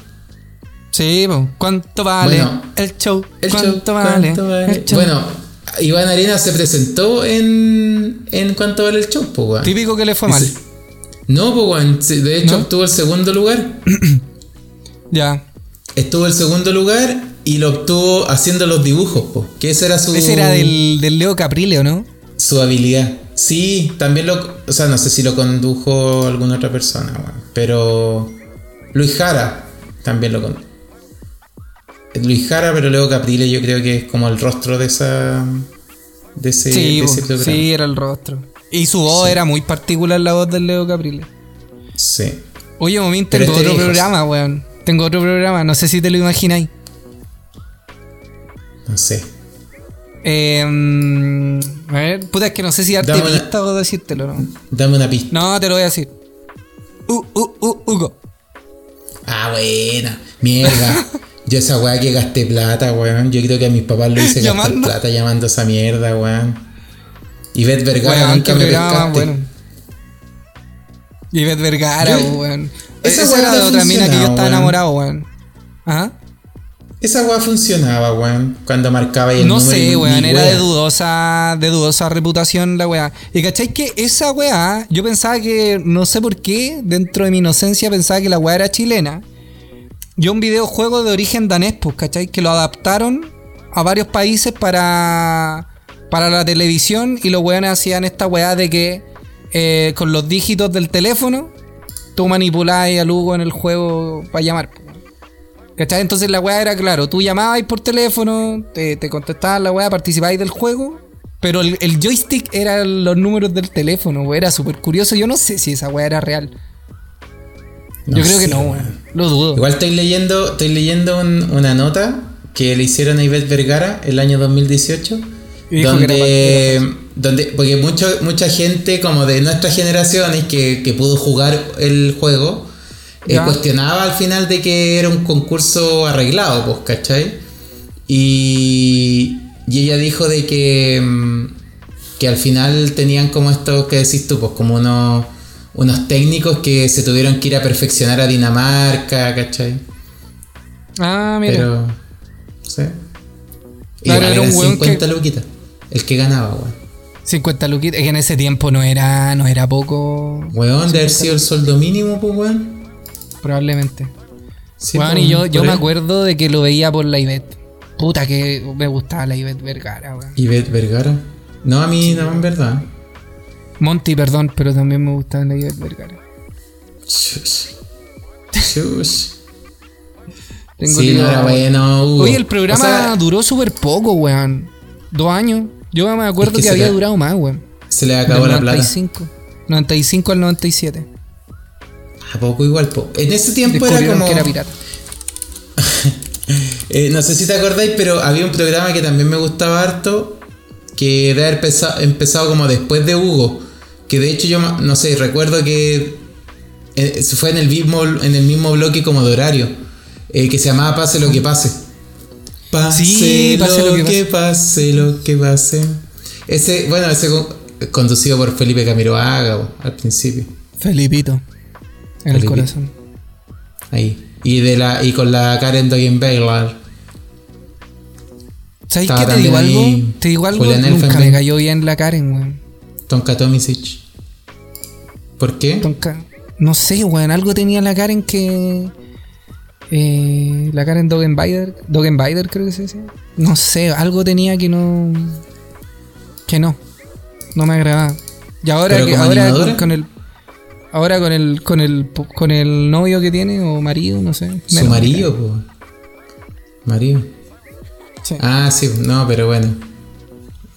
Speaker 3: Sí, po. ¿cuánto vale
Speaker 2: Bueno.
Speaker 3: el show?
Speaker 2: El
Speaker 3: ¿Cuánto,
Speaker 2: show,
Speaker 3: vale?
Speaker 2: ¿cuánto vale?
Speaker 3: el show?
Speaker 2: Bueno, Iván Arena se presentó en, en ¿Cuánto vale el show, pues, weón?
Speaker 3: típico que le fue mal.
Speaker 2: Dice- No, pues, weón, sí, de hecho
Speaker 3: ¿No?
Speaker 2: obtuvo el segundo lugar.
Speaker 3: Ya.
Speaker 2: Estuvo el segundo lugar y lo obtuvo haciendo los dibujos, pues, que ese era su...
Speaker 3: Ese era del, del Leo Caprile, ¿o no?
Speaker 2: su habilidad. Sí, también lo. O sea, no sé si lo condujo alguna otra persona, weón, Pero. Luis Jara también lo condujo. Luis Jara, pero luego Caprile, yo creo que es como el rostro de esa. De ese,
Speaker 3: Sí,
Speaker 2: de
Speaker 3: po.
Speaker 2: ese
Speaker 3: sí,
Speaker 2: programa.
Speaker 3: era el rostro. Y su voz
Speaker 2: Sí.
Speaker 3: era muy particular, la voz del Leo Caprile.
Speaker 2: Sí.
Speaker 3: Oye, momento,
Speaker 2: Pero
Speaker 3: tengo
Speaker 2: este
Speaker 3: otro
Speaker 2: lejos.
Speaker 3: programa, weón. Tengo otro programa, no sé si te lo imagináis.
Speaker 2: No sé.
Speaker 3: Eh, mm, a ver, puta, es que no sé si darte
Speaker 2: Dame una-
Speaker 3: pista o decírtelo, ¿no?
Speaker 2: Dame una pista.
Speaker 3: No, te lo voy a decir. Uh, uh, uh, Hugo.
Speaker 2: Ah, buena. Mierda. Yo esa weá que gasté plata, weón. Yo creo que a mis papás lo hice gastar
Speaker 3: Llamando.
Speaker 2: plata llamando a esa mierda, weón. Y Beth Vergara
Speaker 3: Weón, qué
Speaker 2: nunca me
Speaker 3: programa más
Speaker 2: pescaste.
Speaker 3: bueno. Ivette Vergara,
Speaker 2: Yo-
Speaker 3: weón.
Speaker 2: ¿Eh? Esa
Speaker 3: Esa,
Speaker 2: weá
Speaker 3: era
Speaker 2: no
Speaker 3: de otra mina que yo
Speaker 2: funcionaba,
Speaker 3: estaba
Speaker 2: weón.
Speaker 3: enamorado, weón. ¿Ah?
Speaker 2: Esa weá funcionaba, weón. Cuando marcaba y el
Speaker 3: no
Speaker 2: número y-
Speaker 3: sé,
Speaker 2: y
Speaker 3: weón. Era
Speaker 2: weá.
Speaker 3: de dudosa, de dudosa reputación la weá. Y cacháis que esa weá, yo pensaba que, no sé por qué, dentro de mi inocencia pensaba que la weá era chilena. Yo un videojuego de origen danés, pues, ¿cachai? Que lo adaptaron a varios países para, para la televisión y los weones hacían esta weá de que eh, con los dígitos del teléfono tú manipulabas al Hugo en el juego para llamar. pues. ¿Cachai? Entonces la weá era claro, tú llamabais por teléfono, te, te contestabas la weá, participabais del juego, pero el, el joystick eran los números del teléfono, weá, era súper curioso. Yo no sé si esa weá era real.
Speaker 2: No
Speaker 3: Yo creo que
Speaker 2: sé,
Speaker 3: no, weón. Lo dudo.
Speaker 2: Igual estoy leyendo, estoy leyendo un- una nota que le hicieron a Ivette Vergara el año 2018.
Speaker 3: Y dijo
Speaker 2: donde,
Speaker 3: que
Speaker 2: donde, porque mucho, mucha gente como de nuestras generaciones que, que pudo jugar el juego eh,
Speaker 3: Ya.
Speaker 2: cuestionaba al final de que era un concurso arreglado, pues, ¿cachai? Y, y ella dijo de que, mm, que al final tenían como esto que decís tú, pues como unos, unos técnicos que se tuvieron que ir a perfeccionar a Dinamarca, ¿cachai?
Speaker 3: Ah, mira.
Speaker 2: Pero. Sí. Y
Speaker 3: Claro, era un
Speaker 2: eran
Speaker 3: weón
Speaker 2: 50 luquitas. El que ganaba, weón.
Speaker 3: 50 luquitas. Es que en ese tiempo no era, no era poco,
Speaker 2: Weón de haber sido el sueldo mínimo, pues, weón.
Speaker 3: probablemente.
Speaker 2: Sí,
Speaker 3: Weón,
Speaker 2: pues,
Speaker 3: y yo, yo
Speaker 2: por
Speaker 3: me
Speaker 2: ahí.
Speaker 3: acuerdo de que lo veía por la Ivette. Puta que me gustaba la Ivette Vergara, weón.
Speaker 2: Y Bet Vergara. No, a mí no, en verdad.
Speaker 3: Monty, perdón, pero también me gustaba la Ivette Vergara.
Speaker 2: Shush. Shush.
Speaker 3: Tengo
Speaker 2: sí, no
Speaker 3: tirado.
Speaker 2: era bueno. Hugo.
Speaker 3: Oye, el programa
Speaker 2: O sea,
Speaker 3: duró súper poco, weón. Dos años. Yo me acuerdo
Speaker 2: Es que
Speaker 3: que,
Speaker 2: se
Speaker 3: había
Speaker 2: le-
Speaker 3: durado más, weón.
Speaker 2: se le acabó
Speaker 3: Del
Speaker 2: la plata.
Speaker 3: 95. 95 al 97.
Speaker 2: A poco igual. po. En ese tiempo era
Speaker 3: Descubrieron
Speaker 2: como.
Speaker 3: que era pirata.
Speaker 2: Eh, no sé si te acordáis, pero había un programa que también me gustaba harto, que era empezado, empezado como después de Hugo, que de hecho yo, ma- no sé, recuerdo que eh, se fue en el mismo, en el mismo bloque como de horario, eh, que se llamaba Pase lo que pase. Pase,
Speaker 3: Sí,
Speaker 2: pase lo, que, pase. lo que pase. Ese, bueno, ese con- conducido por Felipe Camiroaga bo, al principio,
Speaker 3: Felipito. En el
Speaker 2: Felipito.
Speaker 3: corazón.
Speaker 2: ahí. Y, de la, y con la Karen Doyen Bailar.
Speaker 3: ¿Sabes
Speaker 2: Estaba
Speaker 3: qué? Te digo
Speaker 2: también
Speaker 3: algo.
Speaker 2: ahí
Speaker 3: Te digo algo.
Speaker 2: Julián
Speaker 3: Nunca me
Speaker 2: Elfenbein.
Speaker 3: cayó bien la Karen, weón.
Speaker 2: Tonka Tomisic. ¿Por qué?
Speaker 3: Tonka. No sé, weón. Algo tenía la Karen que. eh, la Karen Dogenbider. Dogenbider, creo que se decía. No sé, algo tenía que no. Que no. No me agradaba. Y ahora,
Speaker 2: ¿Pero
Speaker 3: que,
Speaker 2: como
Speaker 3: ahora
Speaker 2: animadora?
Speaker 3: con, con el. Ahora con el, con el con el novio que tiene o marido, no sé.
Speaker 2: Su
Speaker 3: menos.
Speaker 2: marido, po. Marido.
Speaker 3: Sí.
Speaker 2: Ah, sí, no, pero bueno.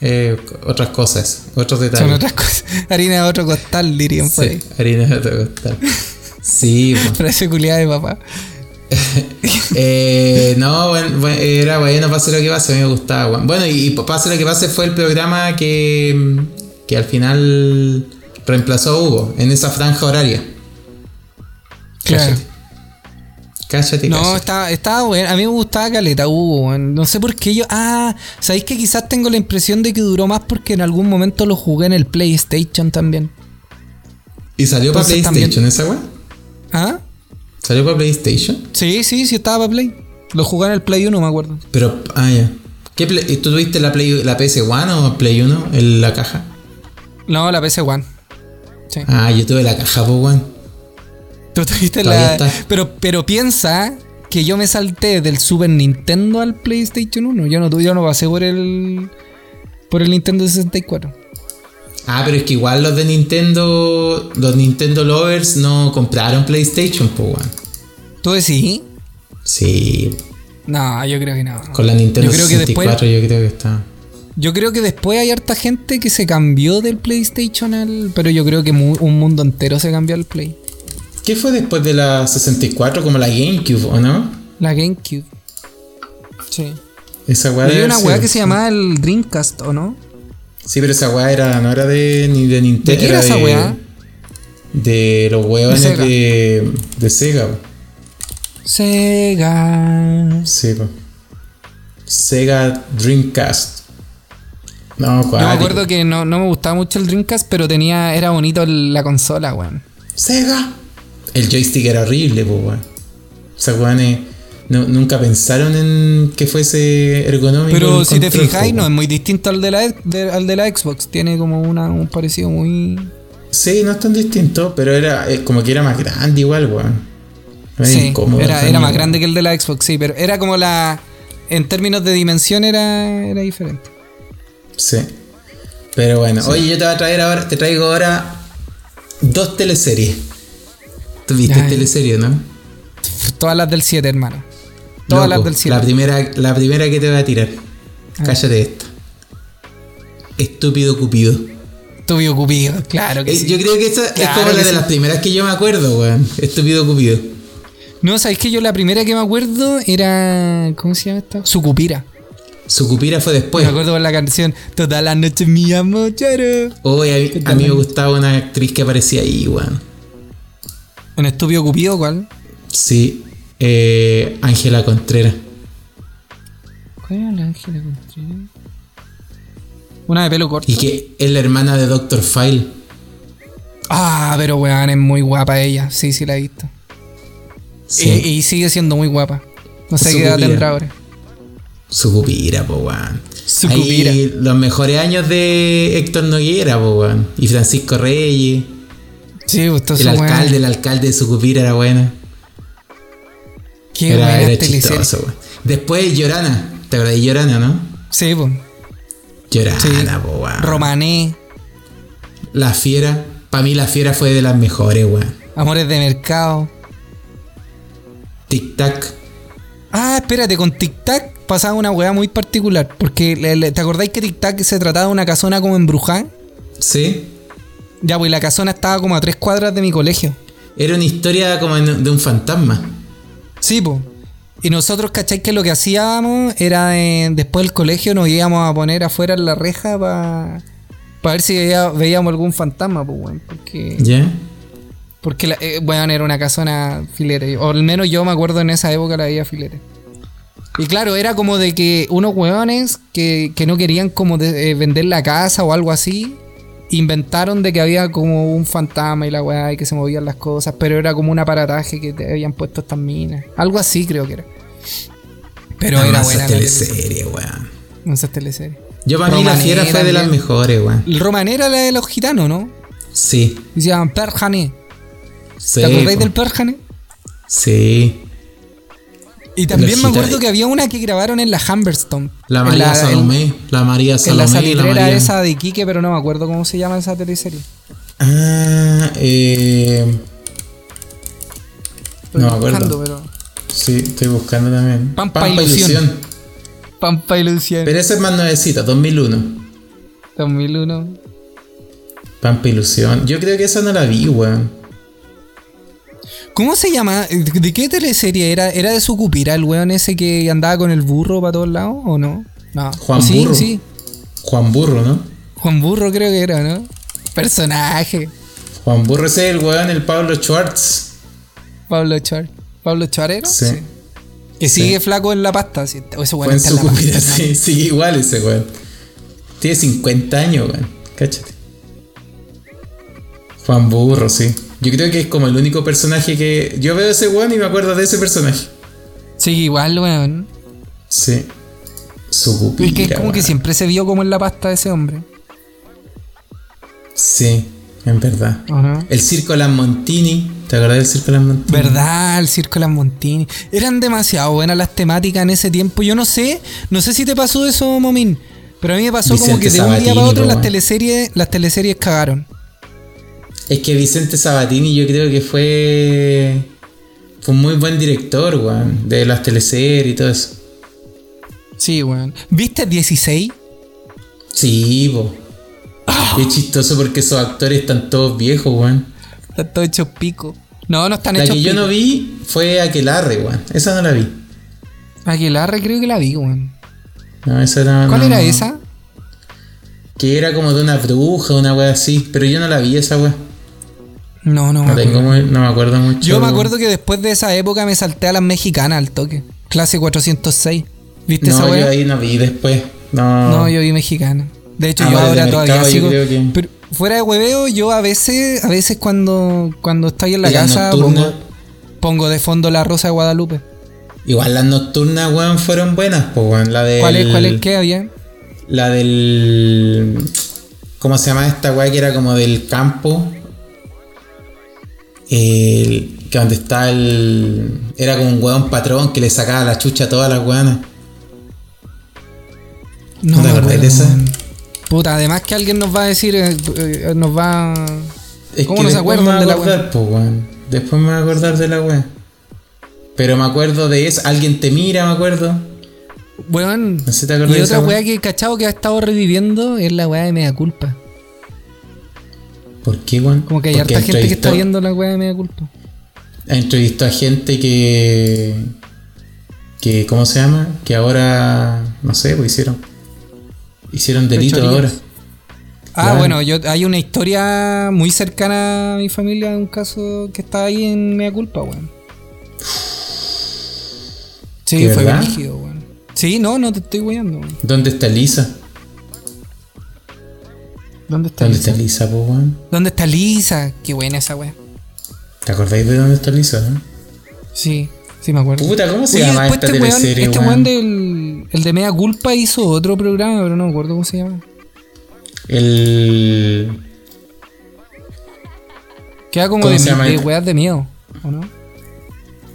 Speaker 2: Eh, otras cosas, otros detalles.
Speaker 3: Son otras cosas. Harina de otro costal, dirían por
Speaker 2: Sí,
Speaker 3: ahí.
Speaker 2: harina de otro costal. Sí, po.
Speaker 3: Frase culiada de papá.
Speaker 2: Eh, no, buen- buen- era bueno, pase lo que pase, a mí me gustaba. weón. Bueno, y, y pase lo que pase fue el programa que, que al final reemplazó a Hugo en esa franja horaria.
Speaker 3: Claro.
Speaker 2: Cállate,
Speaker 3: No,
Speaker 2: cállate.
Speaker 3: estaba, estaba bueno. A mí me gustaba Caleta Hugo, weón. No sé por qué yo. Ah, ¿sabéis que quizás tengo la impresión de que duró más porque en algún momento lo jugué en el PlayStation también?
Speaker 2: ¿Y salió para
Speaker 3: Entonces
Speaker 2: PlayStation esa weá?
Speaker 3: ¿Ah?
Speaker 2: ¿Salió para PlayStation?
Speaker 3: Sí, sí, sí, estaba para Play. Lo jugué en el Play 1, me acuerdo.
Speaker 2: Pero, ah, ya. ¿Qué Play- ¿Tú tuviste la, Play, la PS1 o Play 1 en la caja?
Speaker 3: No, la PC One. Sí.
Speaker 2: Ah, yo tuve la caja, po, weón.
Speaker 3: Tú tuviste
Speaker 2: Todavía
Speaker 3: la.
Speaker 2: está.
Speaker 3: Pero, pero piensa que yo me salté del Super Nintendo al PlayStation 1. Yo no, tu- yo no pasé por el. Por el Nintendo 64.
Speaker 2: Ah, pero es que igual los de Nintendo, los Nintendo Lovers no compraron PlayStation, po, weón.
Speaker 3: ¿Tú decís?
Speaker 2: Sí,
Speaker 3: No, yo creo que no.
Speaker 2: con la Nintendo
Speaker 3: Yo creo que después-
Speaker 2: 64 yo creo que está.
Speaker 3: Yo creo que después hay harta gente que se cambió del PlayStation al. Pero yo creo que mu- un mundo entero se cambió al Play.
Speaker 2: ¿Qué fue después de la 64? Como la GameCube, ¿o no?
Speaker 3: La GameCube. Sí.
Speaker 2: Esa weá
Speaker 3: Había
Speaker 2: debe
Speaker 3: una
Speaker 2: haber
Speaker 3: weá
Speaker 2: sido.
Speaker 3: que se llamaba el Dreamcast, ¿o no?
Speaker 2: Sí, pero esa weá era, no era de, ni de Nintendo.
Speaker 3: ¿De qué era esa
Speaker 2: de-
Speaker 3: weá?
Speaker 2: De los weones
Speaker 3: Sega.
Speaker 2: de, de Sega, po.
Speaker 3: Sega.
Speaker 2: Sí, po. Sega Dreamcast. No,
Speaker 3: Yo
Speaker 2: cuál.
Speaker 3: me acuerdo que no, no me gustaba mucho el Dreamcast, pero tenía. Era bonito el- la consola, weón.
Speaker 2: Sega. El joystick era horrible, po, weón. O sea, weón, eh, no- nunca pensaron en que fuese ergonómico.
Speaker 3: Pero
Speaker 2: el
Speaker 3: si te
Speaker 2: control,
Speaker 3: fijáis,
Speaker 2: po,
Speaker 3: no es
Speaker 2: weón.
Speaker 3: muy distinto al de la, de- al de la Xbox. Tiene como una, un parecido muy.
Speaker 2: Sí, no es tan distinto, pero era eh, como que era más grande igual, weón. Era
Speaker 3: Sí,
Speaker 2: incómodo
Speaker 3: era,
Speaker 2: también,
Speaker 3: era más
Speaker 2: weón.
Speaker 3: grande que el de la Xbox, sí, pero era como la. En términos de dimensión era, era diferente.
Speaker 2: Sí. Pero bueno, oye, yo te voy a traer ahora, te traigo ahora dos teleseries. ¿Tuviste
Speaker 3: Ay.
Speaker 2: teleserie, no?
Speaker 3: Pff, Todas las del 7, hermano. Todas
Speaker 2: Loco,
Speaker 3: las del Ah. 7.
Speaker 2: La primera, la primera que te voy a tirar. Cállate esta. Estúpido Cupido.
Speaker 3: Tuve Cupido, claro que
Speaker 2: Eh,
Speaker 3: sí.
Speaker 2: Yo creo que esa es
Speaker 3: Claro
Speaker 2: como
Speaker 3: que
Speaker 2: la de
Speaker 3: sí.
Speaker 2: las primeras que yo me acuerdo, weón. Estúpido Cupido.
Speaker 3: No, sabéis que yo la primera que me acuerdo era. ¿Cómo se llama esta? Sucupira.
Speaker 2: Su cupira fue después.
Speaker 3: Me acuerdo con la canción Todas las noches mi amor choro.
Speaker 2: Hoy eh, a, mí me gustaba una actriz que aparecía ahí, weón.
Speaker 3: ¿En Estúpido Cupido cuál?
Speaker 2: Sí. Eh, Ángela Contreras.
Speaker 3: ¿Cuál era la Ángela Contreras? Una de pelo corto.
Speaker 2: Y que es la hermana de Doctor File.
Speaker 3: Ah, pero weón, es muy guapa ella. Sí, sí, la he visto.
Speaker 2: Sí.
Speaker 3: Eh, Y, y sigue siendo muy guapa. No sé
Speaker 2: Su
Speaker 3: qué edad
Speaker 2: pupila.
Speaker 3: tendrá ahora.
Speaker 2: Su cupira, po, weón.
Speaker 3: Su
Speaker 2: Ahí
Speaker 3: cupira.
Speaker 2: Los mejores años de Héctor Noguera, po, weón. Y Francisco Reyes.
Speaker 3: Sí, pues todos
Speaker 2: El
Speaker 3: esos weones.
Speaker 2: alcalde, el alcalde de Sucupira era buena.
Speaker 3: Qué este
Speaker 2: Era,
Speaker 3: buena
Speaker 2: era
Speaker 3: teleserie.
Speaker 2: chistoso, weón. Después Llorana. ¿Te acordás de Llorana, no?
Speaker 3: Sí, pues.
Speaker 2: Llorana,
Speaker 3: Sí.
Speaker 2: po, weón.
Speaker 3: Romané,
Speaker 2: La fiera. Para mí la fiera fue de las mejores, weón.
Speaker 3: Amores de Mercado,
Speaker 2: Tic Tac.
Speaker 3: Ah, espérate, con Tic Tac pasaba una weá muy particular. Porque, le- le- ¿te acordáis que Tic Tac se trataba de una casona como embrujada?
Speaker 2: Sí.
Speaker 3: Ya, pues la casona estaba como a tres cuadras de mi colegio.
Speaker 2: Era una historia como en- de un fantasma.
Speaker 3: Sí, po. Y nosotros, ¿cachai? Que lo que hacíamos era eh, después del colegio nos íbamos a poner afuera en la reja para ver si veía- veíamos algún fantasma, pues, weón. Porque,
Speaker 2: ¿Ya?
Speaker 3: porque la, eh, weón, era una casona filete. O al menos yo me acuerdo en esa época la veía filete. Y claro, era como de que unos weones que, que no querían como de- eh, vender la casa o algo así, inventaron de que había como un fantasma y la weá y que se movían las cosas, pero era como un aparataje que te habían puesto estas minas. Algo así creo que era. Pero era
Speaker 2: Además, esa
Speaker 3: buena la tele-
Speaker 2: teleserie, weón.
Speaker 3: esas teleseries.
Speaker 2: Yo para mí la
Speaker 3: Romané
Speaker 2: fiera fue de
Speaker 3: también.
Speaker 2: las mejores, weón.
Speaker 3: El Roman era la de los gitanos, ¿no?
Speaker 2: Sí.
Speaker 3: Decían Perjane.
Speaker 2: sí
Speaker 3: ¿Te acordáis
Speaker 2: po.
Speaker 3: del Perjane?
Speaker 2: Sí.
Speaker 3: Y también
Speaker 2: Los
Speaker 3: me acuerdo
Speaker 2: gitanos.
Speaker 3: que había una que grabaron en la Humberstone.
Speaker 2: La
Speaker 3: En
Speaker 2: María
Speaker 3: en-
Speaker 2: Salomé. la María
Speaker 3: en la
Speaker 2: Salomé. y la
Speaker 3: salitrera
Speaker 2: María...
Speaker 3: esa de Iquique, pero no me acuerdo cómo se llama esa teleserie.
Speaker 2: Ah, eh...
Speaker 3: Estoy
Speaker 2: No me acuerdo.
Speaker 3: buscando, pero-
Speaker 2: Sí, estoy buscando también.
Speaker 3: Pampa Ilusión. Pampa y Luciano.
Speaker 2: Pero esa es más nuevecita, 2001.
Speaker 3: 2001.
Speaker 2: Pampa Ilusión. Yo creo que esa no la vi, weón.
Speaker 3: ¿Cómo se llama? ¿De qué teleserie era? ¿Era de Sucupira el weón ese que andaba con el burro para todos lados o no? No.
Speaker 2: Juan
Speaker 3: sí,
Speaker 2: Burro.
Speaker 3: Sí,
Speaker 2: Juan Burro, ¿no?
Speaker 3: Juan Burro creo que era, ¿no? Personaje.
Speaker 2: Juan Burro ese es el weón, el Pablo Schwartz.
Speaker 3: Pablo Char. ¿Pablo Charero?
Speaker 2: Sí.
Speaker 3: Que
Speaker 2: Sí.
Speaker 3: sigue flaco en la pasta. sí. O ese weón
Speaker 2: Fue en
Speaker 3: está en
Speaker 2: su
Speaker 3: la pasta.
Speaker 2: cupida, sí, sigue igual ese weón. Tiene 50 años, weón. Cáchate. Juan Burro, sí. Yo creo que es como el único personaje que. Yo veo ese weón y me acuerdo de ese personaje.
Speaker 3: Sigue igual, weón.
Speaker 2: Sí. Su
Speaker 3: Es que es
Speaker 2: cupida,
Speaker 3: como que
Speaker 2: weón.
Speaker 3: siempre se vio como en la pasta ese hombre.
Speaker 2: Sí, en verdad.
Speaker 3: ¿O no?
Speaker 2: El Circo Lammontini. ¿Te acordás del Circo Lammontini?
Speaker 3: ¿Verdad? El Circo Las Montini. Eran demasiado buenas las temáticas en ese tiempo. Yo no sé, no sé si te pasó eso, Momín. Pero a mí me pasó como
Speaker 2: Vicente
Speaker 3: que de un día
Speaker 2: Sabatini,
Speaker 3: para otro
Speaker 2: po,
Speaker 3: las
Speaker 2: weón.
Speaker 3: teleseries, las teleseries cagaron.
Speaker 2: Es que Vicente Sabatini yo creo que fue... Fue un muy buen director, weón. De las teleseries y todo eso.
Speaker 3: Sí, weón. ¿Viste 16?
Speaker 2: Sí, po.
Speaker 3: Ah.
Speaker 2: Qué chistoso porque esos actores están todos viejos, weón.
Speaker 3: Están todos hechos pico. No, no están
Speaker 2: La
Speaker 3: hechos
Speaker 2: que yo
Speaker 3: pico.
Speaker 2: no vi fue Aquelarre, weón. Esa no la vi.
Speaker 3: Aguilarre creo que la vi, weón.
Speaker 2: No, esa no-
Speaker 3: ¿Cuál
Speaker 2: no-
Speaker 3: era
Speaker 2: no.
Speaker 3: esa?
Speaker 2: Que era como de una bruja, una weá así. Pero yo no la vi esa weá.
Speaker 3: No, no, me
Speaker 2: No,
Speaker 3: acuerdo.
Speaker 2: tengo muy- no me acuerdo mucho.
Speaker 3: Ah, Yo me acuerdo que después de esa época me salté a las mexicanas al toque. Clase 406. ¿Viste esa
Speaker 2: No,
Speaker 3: weá?
Speaker 2: yo ahí no vi después. No.
Speaker 3: No, yo vi mexicana. De hecho,
Speaker 2: Ah,
Speaker 3: yo
Speaker 2: vale,
Speaker 3: ahora
Speaker 2: de
Speaker 3: todavía
Speaker 2: mercado, yo
Speaker 3: sigo.
Speaker 2: creo que-
Speaker 3: pero fuera de hueveo, yo a veces, a veces cuando, cuando estoy en la
Speaker 2: Y la
Speaker 3: casa
Speaker 2: nocturna.
Speaker 3: pongo, pongo de fondo la rosa de Guadalupe.
Speaker 2: Igual las nocturnas, weón, fueron buenas, pues, weón. La del,
Speaker 3: ¿Cuál es, cuál es qué había?
Speaker 2: La del. ¿Cómo se llama esta weá que era como del campo? El, que donde está el. Era como un weón patrón que le sacaba la chucha a todas las weonas. ¿No te
Speaker 3: me
Speaker 2: acordás
Speaker 3: acuerdo,
Speaker 2: de esa?
Speaker 3: weón. Puta, además que alguien nos va a decir, eh, eh, nos va. ¿Cómo no se
Speaker 2: después
Speaker 3: acuerdan
Speaker 2: me
Speaker 3: de
Speaker 2: voy a
Speaker 3: la
Speaker 2: acordar,
Speaker 3: weá?
Speaker 2: po, weón. Después me voy a acordar de la weá. Pero me acuerdo de eso. Alguien te mira, me acuerdo.
Speaker 3: Weón.
Speaker 2: No sé si te acordás
Speaker 3: y
Speaker 2: de
Speaker 3: otra
Speaker 2: esa
Speaker 3: weá
Speaker 2: weá.
Speaker 3: que cachado que ha estado reviviendo es la weá de media culpa.
Speaker 2: ¿Por qué, weón?
Speaker 3: Como que hay
Speaker 2: Porque
Speaker 3: harta gente que está
Speaker 2: entrevistó-
Speaker 3: viendo la weá de media culpa.
Speaker 2: entrevistó a gente que que cómo se llama que ahora no sé pues hicieron hicieron delito
Speaker 3: Fechorías.
Speaker 2: ahora
Speaker 3: Ah,
Speaker 2: Claro.
Speaker 3: bueno, yo hay una historia muy cercana a mi familia, un caso que está ahí en Mea Culpa, weón. Sí,
Speaker 2: ¿De
Speaker 3: fue
Speaker 2: verdad?
Speaker 3: brígido, weón. Sí, no, no te estoy weyando, weón.
Speaker 2: dónde está Lisa
Speaker 3: ¿Dónde está
Speaker 2: dónde
Speaker 3: Lisa?
Speaker 2: está Lisa po, weón?
Speaker 3: ¿Dónde está Lisa? Qué buena esa weón.
Speaker 2: te acordáis de dónde está Lisa no?
Speaker 3: Sí, sí me acuerdo.
Speaker 2: Puta, ¿cómo se
Speaker 3: Oye,
Speaker 2: llama
Speaker 3: después
Speaker 2: esta
Speaker 3: este weón,
Speaker 2: teleserie,
Speaker 3: este
Speaker 2: weón?
Speaker 3: weón del el de Mea Culpa hizo otro programa, pero no me acuerdo cómo se llama.
Speaker 2: el
Speaker 3: Queda como
Speaker 2: ¿Cómo
Speaker 3: de,
Speaker 2: se llama
Speaker 3: de
Speaker 2: este?
Speaker 3: weas de miedo, ¿o no?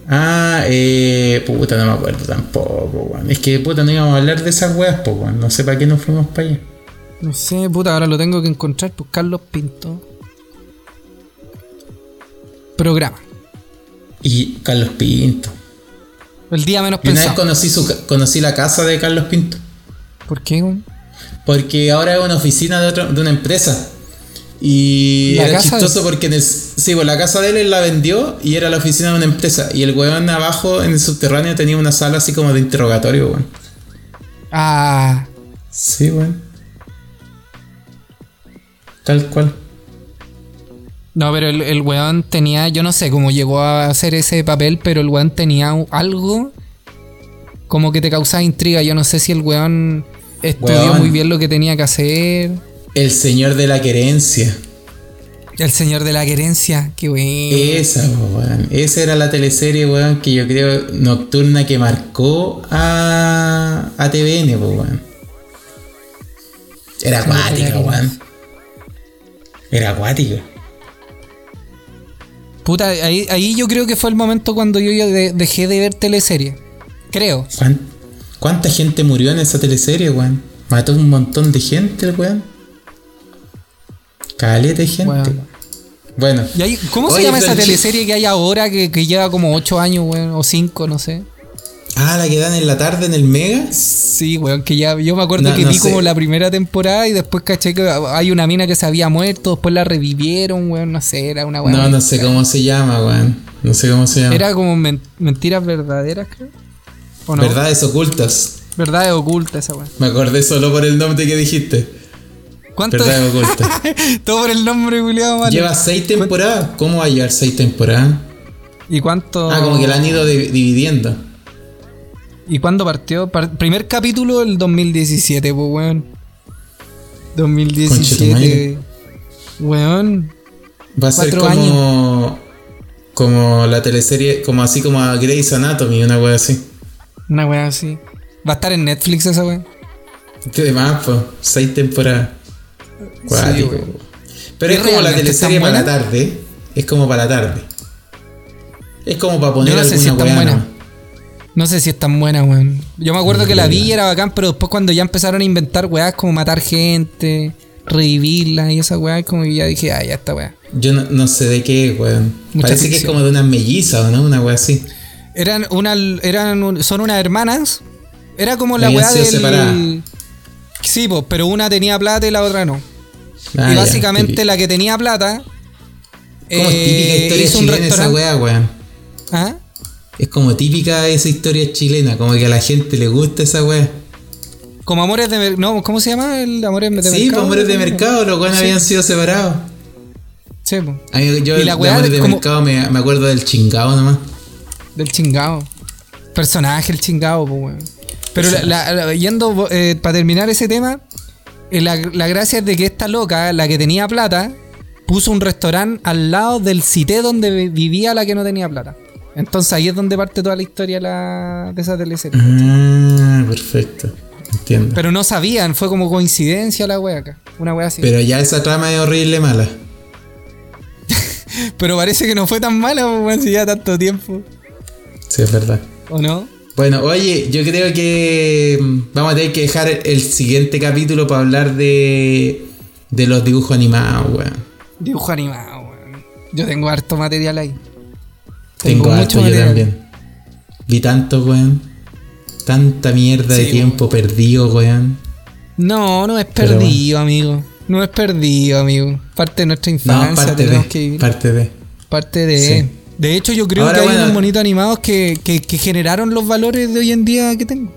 Speaker 2: ah eh, puta no me acuerdo tampoco weón. es que puta no íbamos a hablar de esas weas po, weón. no sé para qué nos fuimos para allá
Speaker 3: No sé, puta, ahora lo tengo que encontrar por Carlos Pinto. Programa.
Speaker 2: y Carlos Pinto
Speaker 3: El día menos
Speaker 2: Y una vez
Speaker 3: pensado.
Speaker 2: conocí, su, ca- conocí la casa de Carlos Pinto.
Speaker 3: ¿Por qué, weón?
Speaker 2: Porque ahora es una oficina de, otra, de una empresa. Y
Speaker 3: ¿La
Speaker 2: era
Speaker 3: casa
Speaker 2: chistoso
Speaker 3: de-
Speaker 2: porque en el, sí, pues la casa de él, él la vendió y era la oficina de una empresa. Y el weón abajo en el subterráneo tenía una sala así como de interrogatorio, weón.
Speaker 3: Ah.
Speaker 2: Sí, weón. Tal cual.
Speaker 3: No, pero el, el weón tenía, yo no sé cómo llegó a hacer ese papel, pero el weón tenía u- algo como que te causaba intriga. Yo no sé si el weón estudió
Speaker 2: Weón.
Speaker 3: muy bien lo que tenía que hacer.
Speaker 2: El señor de la querencia.
Speaker 3: El señor de la querencia, qué weón.
Speaker 2: Esa, po, weón. Esa era la teleserie, weón, que yo creo nocturna que marcó a, a TVN, po, weón. Era acuática, weón. Era acuática.
Speaker 3: Puta, ahí, ahí yo creo que fue el momento cuando yo ya de- dejé de ver teleseries. Creo.
Speaker 2: ¿Cuán- ¿Cuánta gente murió en esa teleserie, weón? Mató un montón de gente, el weón. Caleta de gente.
Speaker 3: Weón.
Speaker 2: Bueno.
Speaker 3: ¿Y ahí- ¿Cómo se
Speaker 2: Oye,
Speaker 3: llama esa
Speaker 2: Franchi-
Speaker 3: teleserie que hay ahora que, que lleva como 8 años, weón? O 5, no sé.
Speaker 2: Ah, la que dan en la tarde en el Mega.
Speaker 3: Sí, weón, que ya. Yo me acuerdo
Speaker 2: No,
Speaker 3: que
Speaker 2: no
Speaker 3: vi
Speaker 2: sé.
Speaker 3: como la primera temporada y después caché que hay una mina que se había muerto, después la revivieron, weón, no sé, era una weón.
Speaker 2: No, no sé cómo se llama, weón. No sé cómo se llama.
Speaker 3: Era como men- mentiras verdaderas, creo. ¿O no?
Speaker 2: Verdades ocultas.
Speaker 3: Verdades ocultas esa weón.
Speaker 2: Me acordé solo por el nombre que dijiste.
Speaker 3: ¿Cuánto?
Speaker 2: Verdad oculta.
Speaker 3: Todo por el nombre, William.
Speaker 2: Lleva seis temporadas. ¿Cómo va a llevar seis temporadas?
Speaker 3: ¿Y cuánto?
Speaker 2: Ah, como que la han ido di- dividiendo.
Speaker 3: ¿Y cuándo partió? Par- primer capítulo el 2017, pues, weón. 2017.
Speaker 2: Conchetumare.
Speaker 3: Weón.
Speaker 2: Va a ser
Speaker 3: Cuatro
Speaker 2: como. Como la teleserie. Como así como a Grey's Anatomy, una wea así.
Speaker 3: Una weón así. Va a estar en Netflix esa weón.
Speaker 2: De más, po. Seis temporadas. Cuático,
Speaker 3: weón.
Speaker 2: po. Pero
Speaker 3: ¿Y
Speaker 2: es como la
Speaker 3: realmente
Speaker 2: teleserie
Speaker 3: están
Speaker 2: para la tarde. Es como para la tarde. Es como para
Speaker 3: Yo
Speaker 2: poner
Speaker 3: no sé si
Speaker 2: alguna
Speaker 3: es tan
Speaker 2: wea,
Speaker 3: buena.
Speaker 2: ¿no?
Speaker 3: No sé si es tan buena, weón. Yo me acuerdo que la vi y era bacán, pero después cuando ya empezaron a inventar weas como matar gente, revivirlas y esa weá, como que ya dije, ah, ya está weá.
Speaker 2: Yo no, no sé de qué, weón.
Speaker 3: Mucha
Speaker 2: Parece que es
Speaker 3: ficción.
Speaker 2: como de unas mellizas, ¿o ¿no? Una wea así.
Speaker 3: Eran una, eran un- son unas hermanas. Era como la
Speaker 2: Habían
Speaker 3: weá
Speaker 2: sido
Speaker 3: del.
Speaker 2: separadas.
Speaker 3: Sí, pues, pero una tenía plata y la otra no.
Speaker 2: Ah,
Speaker 3: y
Speaker 2: ya,
Speaker 3: básicamente
Speaker 2: típico.
Speaker 3: la que tenía plata.
Speaker 2: Como
Speaker 3: eh,
Speaker 2: típica historia
Speaker 3: hizo un
Speaker 2: chilena esa
Speaker 3: restaurante-
Speaker 2: weá, weón.
Speaker 3: ¿Ah?
Speaker 2: Es como típica esa historia chilena, como que a la gente le gusta esa weá.
Speaker 3: Como amores de mercado. No, ¿cómo se llama? El amores de
Speaker 2: Sí,
Speaker 3: mercado.
Speaker 2: por hombres de mercado, los weones
Speaker 3: Sí.
Speaker 2: habían sido separados.
Speaker 3: Sí, pues.
Speaker 2: A mí, yo
Speaker 3: Y la
Speaker 2: de
Speaker 3: weá
Speaker 2: hombres
Speaker 3: de
Speaker 2: de
Speaker 3: como-
Speaker 2: mercado me, me acuerdo del chingado nomás.
Speaker 3: Del chingado. Personaje, el chingado, pues, weón. Pero la- la- la- yendo para terminar ese tema, eh, la, la gracia es de que esta loca, la que tenía plata, puso un restaurante al lado del cité donde vi- vivía la que no tenía plata. Entonces ahí es donde parte toda la historia la- de esa teleserie.
Speaker 2: Ah, perfecto. Entiendo.
Speaker 3: Pero no sabían, fue como coincidencia la wea acá. Una wea así. Pero,
Speaker 2: Pero ya esa trama es horrible mala.
Speaker 3: parece que no fue tan mala, pues, weón, si ya tanto tiempo.
Speaker 2: Sí, es verdad.
Speaker 3: ¿O no?
Speaker 2: Bueno, oye, yo creo que mm, vamos a tener que dejar el siguiente capítulo para hablar de, de los dibujos animados, weón.
Speaker 3: Dibujo animado, weón. Yo tengo harto material ahí.
Speaker 2: Tengo harto yo
Speaker 3: material.
Speaker 2: también. Vi tanto, weón. Tanta mierda de
Speaker 3: Sí,
Speaker 2: tiempo perdido, weón.
Speaker 3: No, no es
Speaker 2: Pero
Speaker 3: perdido, amigo. No es perdido, amigo. Parte de nuestra infancia
Speaker 2: No, parte
Speaker 3: tenemos que
Speaker 2: de.
Speaker 3: vivir.
Speaker 2: Parte de.
Speaker 3: parte de.
Speaker 2: sí.
Speaker 3: De hecho, yo creo
Speaker 2: Ahora,
Speaker 3: que hay
Speaker 2: bueno.
Speaker 3: unos bonitos animados que, que- que generaron los valores de hoy en día que tengo.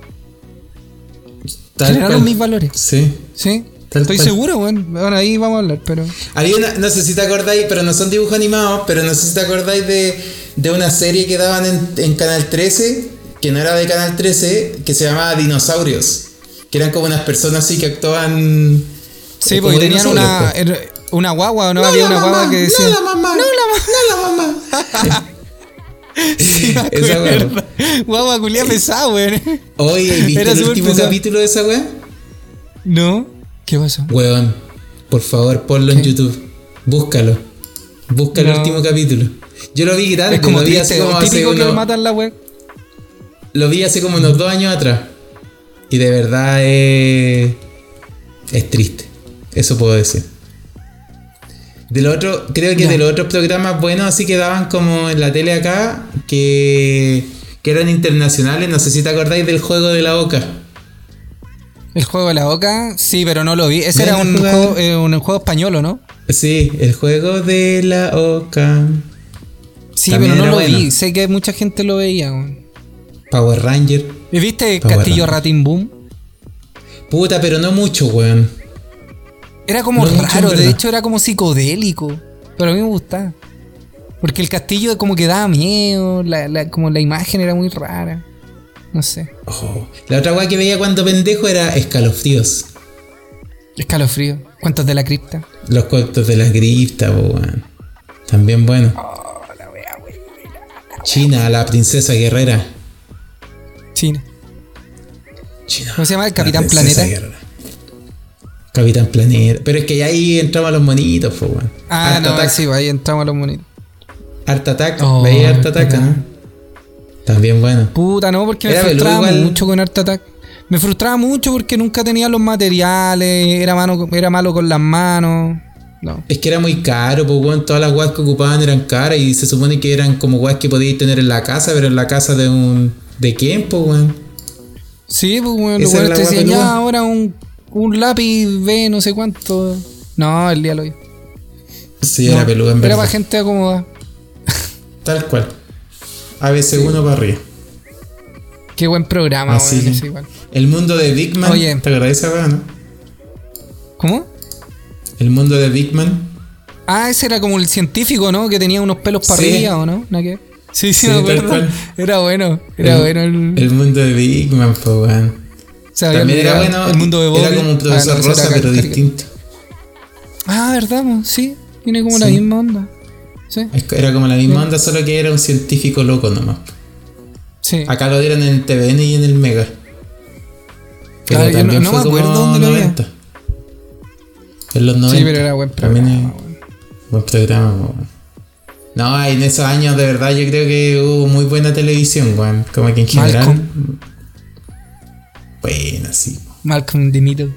Speaker 2: Tal
Speaker 3: generaron
Speaker 2: cual.
Speaker 3: mis valores.
Speaker 2: Sí.
Speaker 3: ¿Sí?
Speaker 2: Tal
Speaker 3: Estoy
Speaker 2: cual.
Speaker 3: seguro, weón. Bueno, ahí vamos a hablar, pero.
Speaker 2: Había una, no sé si te acordáis, pero no son dibujos animados, pero no sé si te acordáis de, de una serie que daban en, en Canal 13, que no era de Canal 13, que se llamaba Dinosaurios. Que eran como unas personas así que actuaban.
Speaker 3: Sí,
Speaker 2: eh,
Speaker 3: porque
Speaker 2: como
Speaker 3: tenían una,
Speaker 2: dinosaurios,
Speaker 3: er- una guagua, ¿o ¿no?
Speaker 2: pues.
Speaker 3: Había
Speaker 2: la
Speaker 3: una guagua
Speaker 2: mamá,
Speaker 3: que decía.
Speaker 2: No la mamá, no la mamá, no la mamá.
Speaker 3: Sí, me
Speaker 2: Esa
Speaker 3: acuerdo.
Speaker 2: guagua.
Speaker 3: Guagua culia pesada, weón.
Speaker 2: Oye, ¿viste
Speaker 3: Era
Speaker 2: el
Speaker 3: súper
Speaker 2: último
Speaker 3: pesado.
Speaker 2: capítulo de esa weá?
Speaker 3: ¿No? ¿Qué pasó?
Speaker 2: Weón, por favor, ponlo en YouTube. Búscalo. Busca el
Speaker 3: No.
Speaker 2: último capítulo. Yo lo vi grande,
Speaker 3: Es como
Speaker 2: lo vi
Speaker 3: triste,
Speaker 2: así como hace
Speaker 3: típico que
Speaker 2: uno-
Speaker 3: matan la web.
Speaker 2: Lo vi hace como unos dos años atrás. Y de verdad es. Es triste. Eso puedo decir. De lo otro, creo que
Speaker 3: Ya.
Speaker 2: de los otros programas buenos así que daban como en la tele acá, que, que eran internacionales. No sé si te acordáis del juego de la Oca.
Speaker 3: El juego de la boca, sí, pero no lo vi. Ese
Speaker 2: ¿No
Speaker 3: era
Speaker 2: lo
Speaker 3: un
Speaker 2: jugaste?
Speaker 3: juego, eh, un juego español, ¿o no?
Speaker 2: Sí, el juego de la Oca.
Speaker 3: Sí,
Speaker 2: También
Speaker 3: pero no
Speaker 2: era
Speaker 3: lo
Speaker 2: bueno.
Speaker 3: vi. Sé que mucha gente lo veía. weón.
Speaker 2: Power Ranger.
Speaker 3: ¿Y viste
Speaker 2: Está
Speaker 3: Castillo
Speaker 2: bueno.
Speaker 3: Ratin Boom?
Speaker 2: Puta, pero no mucho, weón.
Speaker 3: Era como
Speaker 2: No mucho, en
Speaker 3: raro, de
Speaker 2: verdad.
Speaker 3: hecho era como psicodélico. Pero a mí me gustaba. Porque el castillo como que daba miedo, la, la- como la imagen era muy rara. No sé.
Speaker 2: Oh. La otra weá que veía cuando pendejo era escalofríos.
Speaker 3: Escalofrío. Cuentos de la cripta.
Speaker 2: Los cuentos de la cripta, po, weón. También bueno. China, la princesa guerrera.
Speaker 3: China.
Speaker 2: China,
Speaker 3: ¿Cómo se llama? El
Speaker 2: la
Speaker 3: Capitán
Speaker 2: princesa
Speaker 3: Planeta.
Speaker 2: guerrera. Capitán Planeta. Pero es que ahí entramos a los monitos, po, weón.
Speaker 3: Ah,
Speaker 2: Art
Speaker 3: no,
Speaker 2: Attack.
Speaker 3: sí, ahí entramos a los monitos.
Speaker 2: Art Attack.
Speaker 3: Oh,
Speaker 2: Veía Art
Speaker 3: Art
Speaker 2: Attack,
Speaker 3: Attack.
Speaker 2: ¿no? También bueno.
Speaker 3: Puta, no, porque me
Speaker 2: Era peludo
Speaker 3: frustraba
Speaker 2: igual.
Speaker 3: mucho con Art Attack. Me frustraba mucho porque nunca tenía los materiales, era, mano, era malo con las manos. No.
Speaker 2: Es que era muy caro, pues, weón. Todas las guas que ocupaban eran caras y se supone que eran como guas que podíais tener en la casa, pero en la casa de un. ¿De quién, pues, weón?
Speaker 3: Sí, pues bueno,
Speaker 2: Esa
Speaker 3: los
Speaker 2: era
Speaker 3: weones
Speaker 2: la
Speaker 3: te
Speaker 2: weá
Speaker 3: decían, ya
Speaker 2: peluda.
Speaker 3: ahora un, un lápiz B, no sé cuánto. No, el día lo vi.
Speaker 2: Sí,
Speaker 3: No,
Speaker 2: era peludo en
Speaker 3: Era
Speaker 2: verdad.
Speaker 3: para gente acomodada.
Speaker 2: Tal cual. ABC1 para arriba.
Speaker 3: Qué buen programa,
Speaker 2: Así
Speaker 3: weón,
Speaker 2: que-
Speaker 3: ese igual.
Speaker 2: El mundo de Big Man.
Speaker 3: Oye.
Speaker 2: ¿Te acordás de esa weá, no?
Speaker 3: ¿Cómo?
Speaker 2: El mundo de Big Man.
Speaker 3: Ah, ese era como el científico, ¿no? Que tenía unos pelos para
Speaker 2: Sí.
Speaker 3: arriba, ¿o no? ¿Nada que ver? Sí, sí,
Speaker 2: Sí,
Speaker 3: me
Speaker 2: tal
Speaker 3: acuerdo.
Speaker 2: cual.
Speaker 3: Era bueno, era
Speaker 2: el,
Speaker 3: bueno el.
Speaker 2: el mundo de Big Man, pues, weón.
Speaker 3: se había
Speaker 2: También era
Speaker 3: olvidado.
Speaker 2: bueno.
Speaker 3: El mundo de Bobby.
Speaker 2: Era como un
Speaker 3: Ah,
Speaker 2: profesor
Speaker 3: no, ese
Speaker 2: rosa,
Speaker 3: era
Speaker 2: pero
Speaker 3: caricatura.
Speaker 2: distinto.
Speaker 3: Ah, verdad, mo? sí. Tiene como la
Speaker 2: Sí.
Speaker 3: misma onda. Sí.
Speaker 2: Es- Era como la misma onda, solo que era un científico loco nomás.
Speaker 3: Sí.
Speaker 2: Acá lo dieron en el TVN y en el Mega. Pero
Speaker 3: Claro, Ah, yo no-
Speaker 2: también
Speaker 3: no
Speaker 2: fue
Speaker 3: me acuerdo
Speaker 2: como
Speaker 3: dónde lo veía.
Speaker 2: 90. En los 90.
Speaker 3: Sí, pero era buen
Speaker 2: También
Speaker 3: programa.
Speaker 2: es
Speaker 3: weón.
Speaker 2: buen programa, weón. No, en esos años de verdad yo creo que hubo muy buena televisión, weón. Como que en general.
Speaker 3: Malcolm.
Speaker 2: Buena, sí.
Speaker 3: Malcolm in the Middle.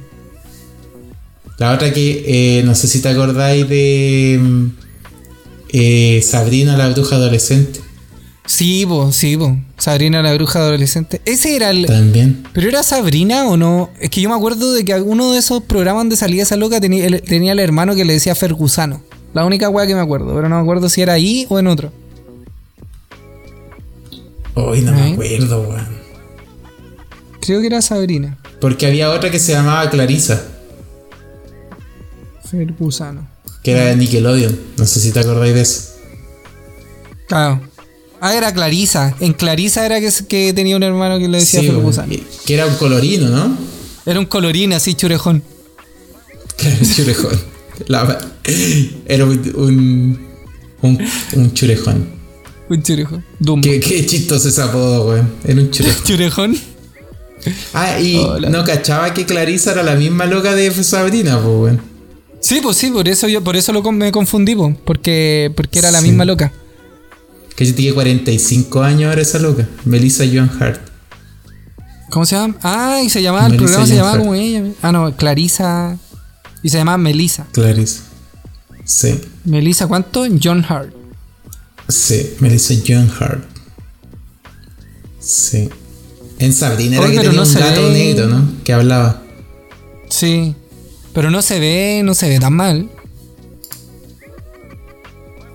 Speaker 2: La otra que eh, no sé si te acordáis de mm, eh, Sabrina la bruja adolescente.
Speaker 3: Sí, po, sí, po. Sabrina la bruja adolescente. Ese era
Speaker 2: Ah.
Speaker 3: el.
Speaker 2: También.
Speaker 3: ¿Pero era Sabrina o no? Es que yo me acuerdo de que alguno de esos programas donde salía esa loca tenía el, tenía el hermano que le decía Fergusano. La única weá que me acuerdo, pero no me acuerdo si era ahí o en otro.
Speaker 2: Hoy no me
Speaker 3: ¿Eh?
Speaker 2: acuerdo, weón.
Speaker 3: Creo que era Sabrina.
Speaker 2: Porque había otra que se llamaba Clarisa,
Speaker 3: Fergusano.
Speaker 2: que era de Nickelodeon. No sé si te acordáis de eso.
Speaker 3: Claro. Ah, era Clarisa. En Clarisa era que, que tenía un hermano que le decía
Speaker 2: Sí,
Speaker 3: Fergusano.
Speaker 2: weón, que era un colorino, ¿no?
Speaker 3: Era un colorín así, churejón.
Speaker 2: Claro, un churejón. La- era un, un, un, un churejón.
Speaker 3: Un churejón. Dumbo.
Speaker 2: Qué, qué chistoso ese apodo, weón. Era un churejón.
Speaker 3: ¿Churejón?
Speaker 2: Ah, y
Speaker 3: Hola.
Speaker 2: no cachaba que Clarisa era la misma loca de Sabrina, pues, weón.
Speaker 3: Sí, pues sí, por eso yo, por eso lo con- me confundí, po, porque, porque era la
Speaker 2: Sí.
Speaker 3: misma loca.
Speaker 2: Que yo tiene 45 años ahora esa loca. Melissa Joan Hart.
Speaker 3: ¿Cómo se llama? Ah, y se llamaba, el
Speaker 2: Melissa
Speaker 3: programa se
Speaker 2: Joan
Speaker 3: llamaba
Speaker 2: Hart.
Speaker 3: como ella. Ah, no, Clarisa. Y se llamaba Melissa.
Speaker 2: Clarisa. Sí,
Speaker 3: Melissa, ¿cuánto? John Hart.
Speaker 2: sí, Melissa Joan Hart. Sí. En Sabrina era
Speaker 3: Oye,
Speaker 2: que
Speaker 3: pero
Speaker 2: tenía
Speaker 3: no
Speaker 2: un
Speaker 3: se
Speaker 2: gato
Speaker 3: ve.
Speaker 2: negro, ¿no? Que hablaba.
Speaker 3: Sí. Pero no se ve, no se ve tan mal.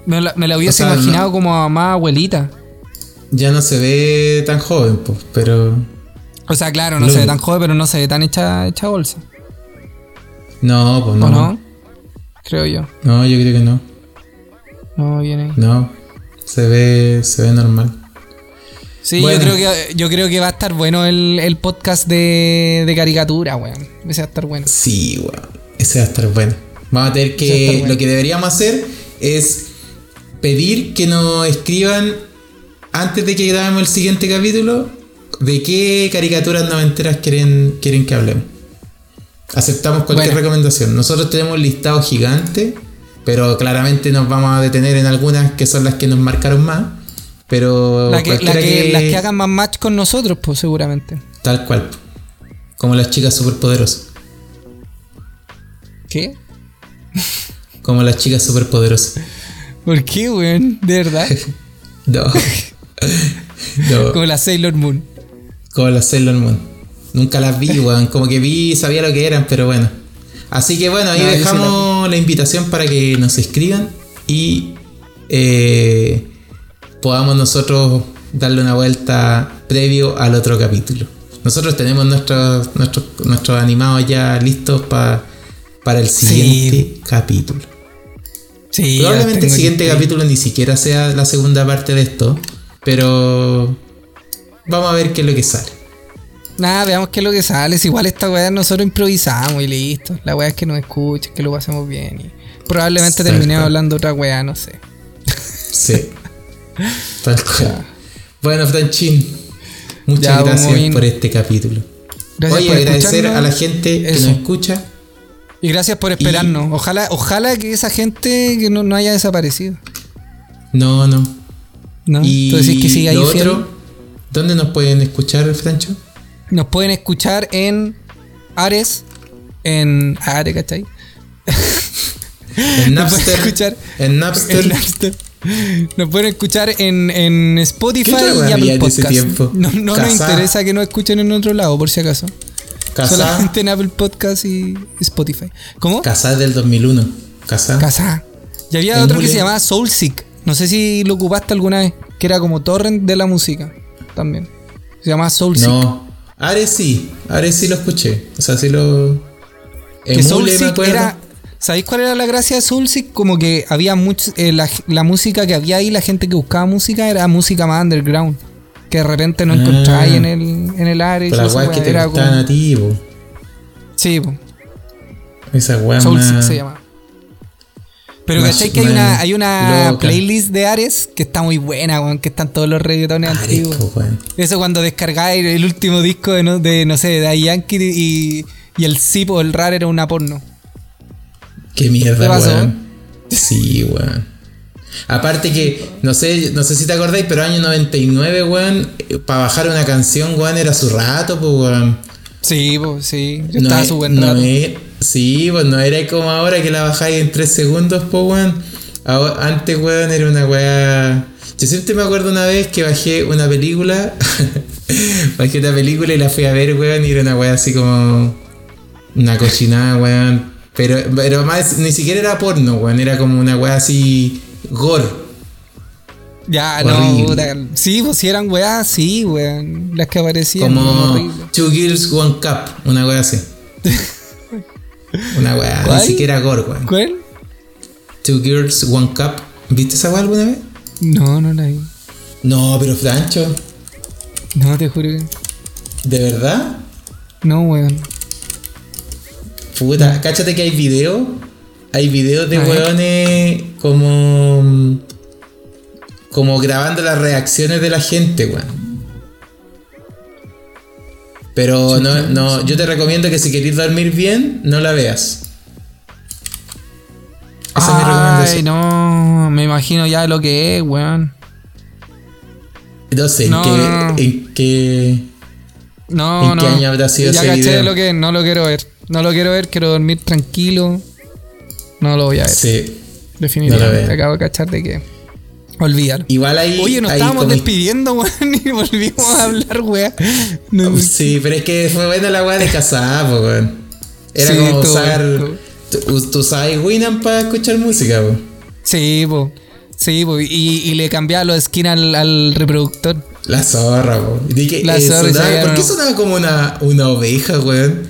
Speaker 3: Me la, me la hubiese
Speaker 2: sea, no.
Speaker 3: imaginado como a más abuelita.
Speaker 2: Ya no se ve tan joven, pues, pero.
Speaker 3: O sea, claro, no
Speaker 2: Lo-
Speaker 3: se ve tan joven, pero no se ve tan hecha, hecha bolsa.
Speaker 2: No, pues no.
Speaker 3: ¿O no? Creo yo.
Speaker 2: No, yo creo que no.
Speaker 3: No viene.
Speaker 2: No. Se ve. se ve normal.
Speaker 3: Sí,
Speaker 2: Bueno.
Speaker 3: yo, creo que, yo creo que va a estar bueno el, el podcast de, de caricatura, weón. Ese va a estar bueno.
Speaker 2: Sí, weón. Ese va a estar bueno. Vamos a tener
Speaker 3: Ese va a
Speaker 2: que.
Speaker 3: estar bueno.
Speaker 2: Lo que deberíamos hacer es pedir que nos escriban antes de que grabemos el siguiente capítulo. ¿De qué caricaturas noventeras quieren, quieren que hablemos? Aceptamos cualquier
Speaker 3: Bueno.
Speaker 2: recomendación. Nosotros tenemos un listado gigante, pero claramente nos vamos a detener en algunas que son las que nos marcaron más. Pero
Speaker 3: La que- la
Speaker 2: cualquiera
Speaker 3: que- Las que hagan más match con nosotros, pues seguramente.
Speaker 2: Tal cual. Como las chicas superpoderosas.
Speaker 3: ¿Qué?
Speaker 2: Como las chicas superpoderosas.
Speaker 3: ¿Por qué, weón? De verdad.
Speaker 2: No. No,
Speaker 3: Como la Sailor Moon.
Speaker 2: como las Sailor Moon. Nunca las vi, weón. Como que vi, sabía lo que eran, pero bueno. Así que bueno, ahí
Speaker 3: No, yo sí
Speaker 2: dejamos la invitación para que nos escriban y eh, podamos nosotros darle una vuelta previo al otro capítulo. Nosotros tenemos nuestros, nuestros, nuestros animados ya listos pa- para el siguiente capítulo.
Speaker 3: Sí, ya
Speaker 2: Probablemente el
Speaker 3: tengo
Speaker 2: siguiente
Speaker 3: aquí.
Speaker 2: capítulo ni siquiera sea la segunda parte de esto, pero vamos a ver qué es lo que sale.
Speaker 3: Nada, veamos qué es lo que sale. Si igual esta weá nosotros improvisamos y listo. La weá es que nos escuchen, que lo pasemos bien. Y probablemente
Speaker 2: Exacto.
Speaker 3: terminemos hablando otra weá, no sé.
Speaker 2: Sí. Tal cual. Bueno, Franchín, muchas
Speaker 3: Ya, vamos
Speaker 2: gracias
Speaker 3: bien.
Speaker 2: por este capítulo.
Speaker 3: Gracias
Speaker 2: Oye,
Speaker 3: por
Speaker 2: agradecer
Speaker 3: escucharnos.
Speaker 2: a la gente que
Speaker 3: Eso.
Speaker 2: nos escucha.
Speaker 3: Y gracias por esperarnos. Ojalá, ojalá que esa gente que no, no haya desaparecido.
Speaker 2: No, no.
Speaker 3: ¿no?
Speaker 2: Y
Speaker 3: Entonces que siga ahí
Speaker 2: lo
Speaker 3: fiel.
Speaker 2: otro, ¿dónde nos pueden escuchar, Francho?
Speaker 3: Nos pueden escuchar en Ares, en Ares, ¿cachai?
Speaker 2: En
Speaker 3: Nos pueden
Speaker 2: Napster.
Speaker 3: escuchar
Speaker 2: En Napster.
Speaker 3: En Napster. Nos pueden escuchar en, en Spotify
Speaker 2: ¿Qué otra
Speaker 3: y
Speaker 2: weá
Speaker 3: Apple
Speaker 2: había en ese
Speaker 3: Podcast.
Speaker 2: tiempo?
Speaker 3: No, no nos
Speaker 2: Kazaa.
Speaker 3: interesa que nos escuchen en otro lado, por si acaso.
Speaker 2: Casá.
Speaker 3: Solamente en Apple Podcast y Spotify. ¿Cómo?
Speaker 2: Casá del 2001. Casá.
Speaker 3: Casa. Y había
Speaker 2: El
Speaker 3: otro que
Speaker 2: Mule.
Speaker 3: se llamaba Soulseek. No sé si lo ocupaste alguna vez. Que era como torrent de la música. También. Se llamaba Soulseek.
Speaker 2: No. Ares sí. Ares sí lo escuché. O sea, sí lo.
Speaker 3: Que
Speaker 2: Emule, me
Speaker 3: Soulseek
Speaker 2: acuerdo.
Speaker 3: era. ¿Sabéis cuál era la gracia de Soulseek? Como que había mucho. eh, la, la música que había ahí, la gente que buscaba música, era música más underground. Que de repente no
Speaker 2: Ah.
Speaker 3: encontráis en el, en el área. y
Speaker 2: Pero
Speaker 3: toda
Speaker 2: las
Speaker 3: esa
Speaker 2: weas que
Speaker 3: wea.
Speaker 2: te
Speaker 3: Era
Speaker 2: gustaban
Speaker 3: como-
Speaker 2: a ti, po.
Speaker 3: Sí, po.
Speaker 2: Esa wea
Speaker 3: Soulseek
Speaker 2: más-
Speaker 3: se llama. Pero
Speaker 2: más-
Speaker 3: ¿cachai que hay
Speaker 2: más
Speaker 3: una, hay una
Speaker 2: loca.
Speaker 3: playlist de Ares que está muy buena, weón? Que están todos los reggaetones
Speaker 2: Ares,
Speaker 3: antiguos.
Speaker 2: po, weón.
Speaker 3: Eso cuando descargáis el último disco de, no, de, no sé, de Daddy Yankee y, y el Zip o el RAR era una porno.
Speaker 2: Qué mierda,
Speaker 3: ¿Te pasó?
Speaker 2: weón. Sí, weón. Aparte que, no sé, no sé si te acordáis, pero año 99, weón, para bajar una canción, weón, era su rato, pues, weón.
Speaker 3: Sí, po, sí. Yo
Speaker 2: No
Speaker 3: estaba
Speaker 2: e-
Speaker 3: su buen
Speaker 2: no
Speaker 3: rato.
Speaker 2: e- sí, pues no era como ahora que la bajáis en 3 segundos, pues weón. Ahora- antes, weón, era una weá. Yo siempre me acuerdo una vez que bajé una película. bajé una película y la fui a ver, weón, y era una weá así como. Una cochinada, weón. Pero, pero más, ni siquiera era porno, weón. Era como una weá así. Gore.
Speaker 3: Ya,
Speaker 2: horrible.
Speaker 3: no, puta. Sí, pues si eran weas, sí, weón. Las que aparecían. eran
Speaker 2: Como
Speaker 3: horribles.
Speaker 2: Two Girls, One Cup. Una weá así. Una weá.
Speaker 3: ¿Cuál?
Speaker 2: Ni siquiera gore, weón.
Speaker 3: ¿Cuál?
Speaker 2: Two Girls, One Cup. ¿Viste esa weá alguna vez?
Speaker 3: No, no la vi.
Speaker 2: No, pero Francho,
Speaker 3: No, te juro que.
Speaker 2: ¿de verdad?
Speaker 3: No, weón.
Speaker 2: Puta, cáchate que hay video. Hay videos de
Speaker 3: A ver.
Speaker 2: weones como. como grabando las reacciones de la gente, weón. Pero no, no, yo te recomiendo que si querés dormir bien, no la veas. Esa es mi
Speaker 3: Ay,
Speaker 2: recomendación.
Speaker 3: no. Me imagino ya lo que es, weón.
Speaker 2: No sé, ¿en
Speaker 3: No,
Speaker 2: qué-
Speaker 3: no, no.
Speaker 2: en qué
Speaker 3: No,
Speaker 2: ¿En
Speaker 3: no.
Speaker 2: qué año habrá sido
Speaker 3: ya
Speaker 2: ese
Speaker 3: caché
Speaker 2: video?
Speaker 3: lo que es, no lo quiero ver. No lo quiero ver, quiero dormir tranquilo. No lo voy a ver.
Speaker 2: Sí.
Speaker 3: Definitivamente.
Speaker 2: No lo veo.
Speaker 3: Acabo de cachar de que. Olvídalo.
Speaker 2: Igual ahí.
Speaker 3: Oye, nos
Speaker 2: ahí
Speaker 3: estábamos
Speaker 2: como-
Speaker 3: despidiendo, weón, y volvimos a hablar, weón. No,
Speaker 2: Sí, pero es que fue buena la weá de casada, po, weón. Era
Speaker 3: Sí,
Speaker 2: como
Speaker 3: tú,
Speaker 2: usar.
Speaker 3: tú.
Speaker 2: Tú, tú sabes Winamp para escuchar música, po.
Speaker 3: Sí, po. Sí, po. Y, y le cambiaba los skins al, al reproductor.
Speaker 2: La zorra, po. Y dije,
Speaker 3: La
Speaker 2: eh,
Speaker 3: zorra,
Speaker 2: sonaba-
Speaker 3: ya
Speaker 2: ¿Por qué
Speaker 3: no.
Speaker 2: sonaba como una, una oveja, weón?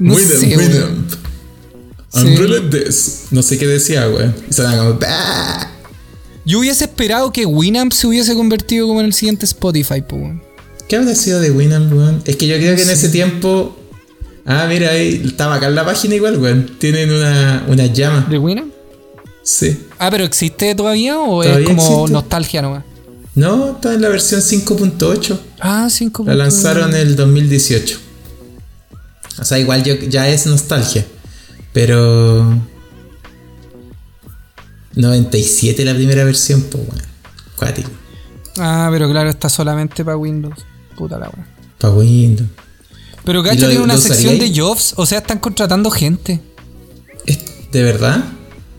Speaker 3: No
Speaker 2: Winamp,
Speaker 3: sé, weón.
Speaker 2: Winamp. I'm
Speaker 3: Sí.
Speaker 2: really this. No sé qué decía, weón. Y Sonaba como. "Bah".
Speaker 3: Yo hubiese esperado que Winamp se hubiese convertido como en el siguiente Spotify, po, weón.
Speaker 2: ¿Qué habrá sido de Winamp, weón? Es que yo creo que en ese tiempo. Ah, mira, ahí estaba acá en la página igual, weón. Tienen una, una llama.
Speaker 3: ¿De Winamp?
Speaker 2: Sí.
Speaker 3: Ah, pero ¿existe todavía o
Speaker 2: Todavía
Speaker 3: es como
Speaker 2: existe.
Speaker 3: nostalgia nomás?
Speaker 2: No, está en la versión 5.8.
Speaker 3: Ah, 5.
Speaker 2: La lanzaron en el 2018. O sea, igual yo, ya es nostalgia. Pero. 97 la primera versión, pues bueno. Cuático.
Speaker 3: Ah, pero claro, está solamente para Windows. Puta la weón.
Speaker 2: Pa' Windows.
Speaker 3: Pero
Speaker 2: ¿Y
Speaker 3: Gacha
Speaker 2: lo-
Speaker 3: tiene una
Speaker 2: lo
Speaker 3: sección
Speaker 2: usaríais?
Speaker 3: de jobs, o sea, están contratando gente.
Speaker 2: Es- ¿De verdad?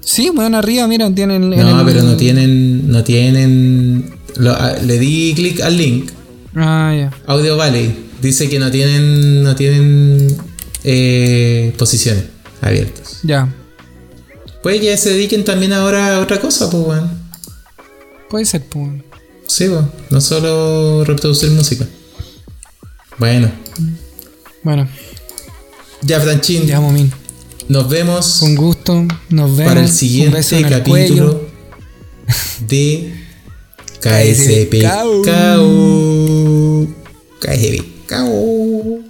Speaker 3: Sí, weón, arriba, mira, tienen. en
Speaker 2: No,
Speaker 3: el-
Speaker 2: pero no tienen. No tienen Lo- a- le di clic al link.
Speaker 3: Ah, ya.
Speaker 2: Audio Valley dice que no tienen, no tienen eh, posiciones abiertas.
Speaker 3: Ya.
Speaker 2: Pues ya se dediquen también ahora a otra cosa, pues, weón.
Speaker 3: Puede ser, pues.
Speaker 2: Sí, pues, no solo reproducir música. Bueno,
Speaker 3: Bueno,
Speaker 2: ya, Franchín,
Speaker 3: ya, Momín.
Speaker 2: nos vemos
Speaker 3: Con gusto. Nos vemos.
Speaker 2: para
Speaker 3: Un
Speaker 2: el
Speaker 3: beso
Speaker 2: siguiente
Speaker 3: en el cuello.
Speaker 2: capítulo de
Speaker 3: KSPKU.
Speaker 2: KSPKU. KSPKU.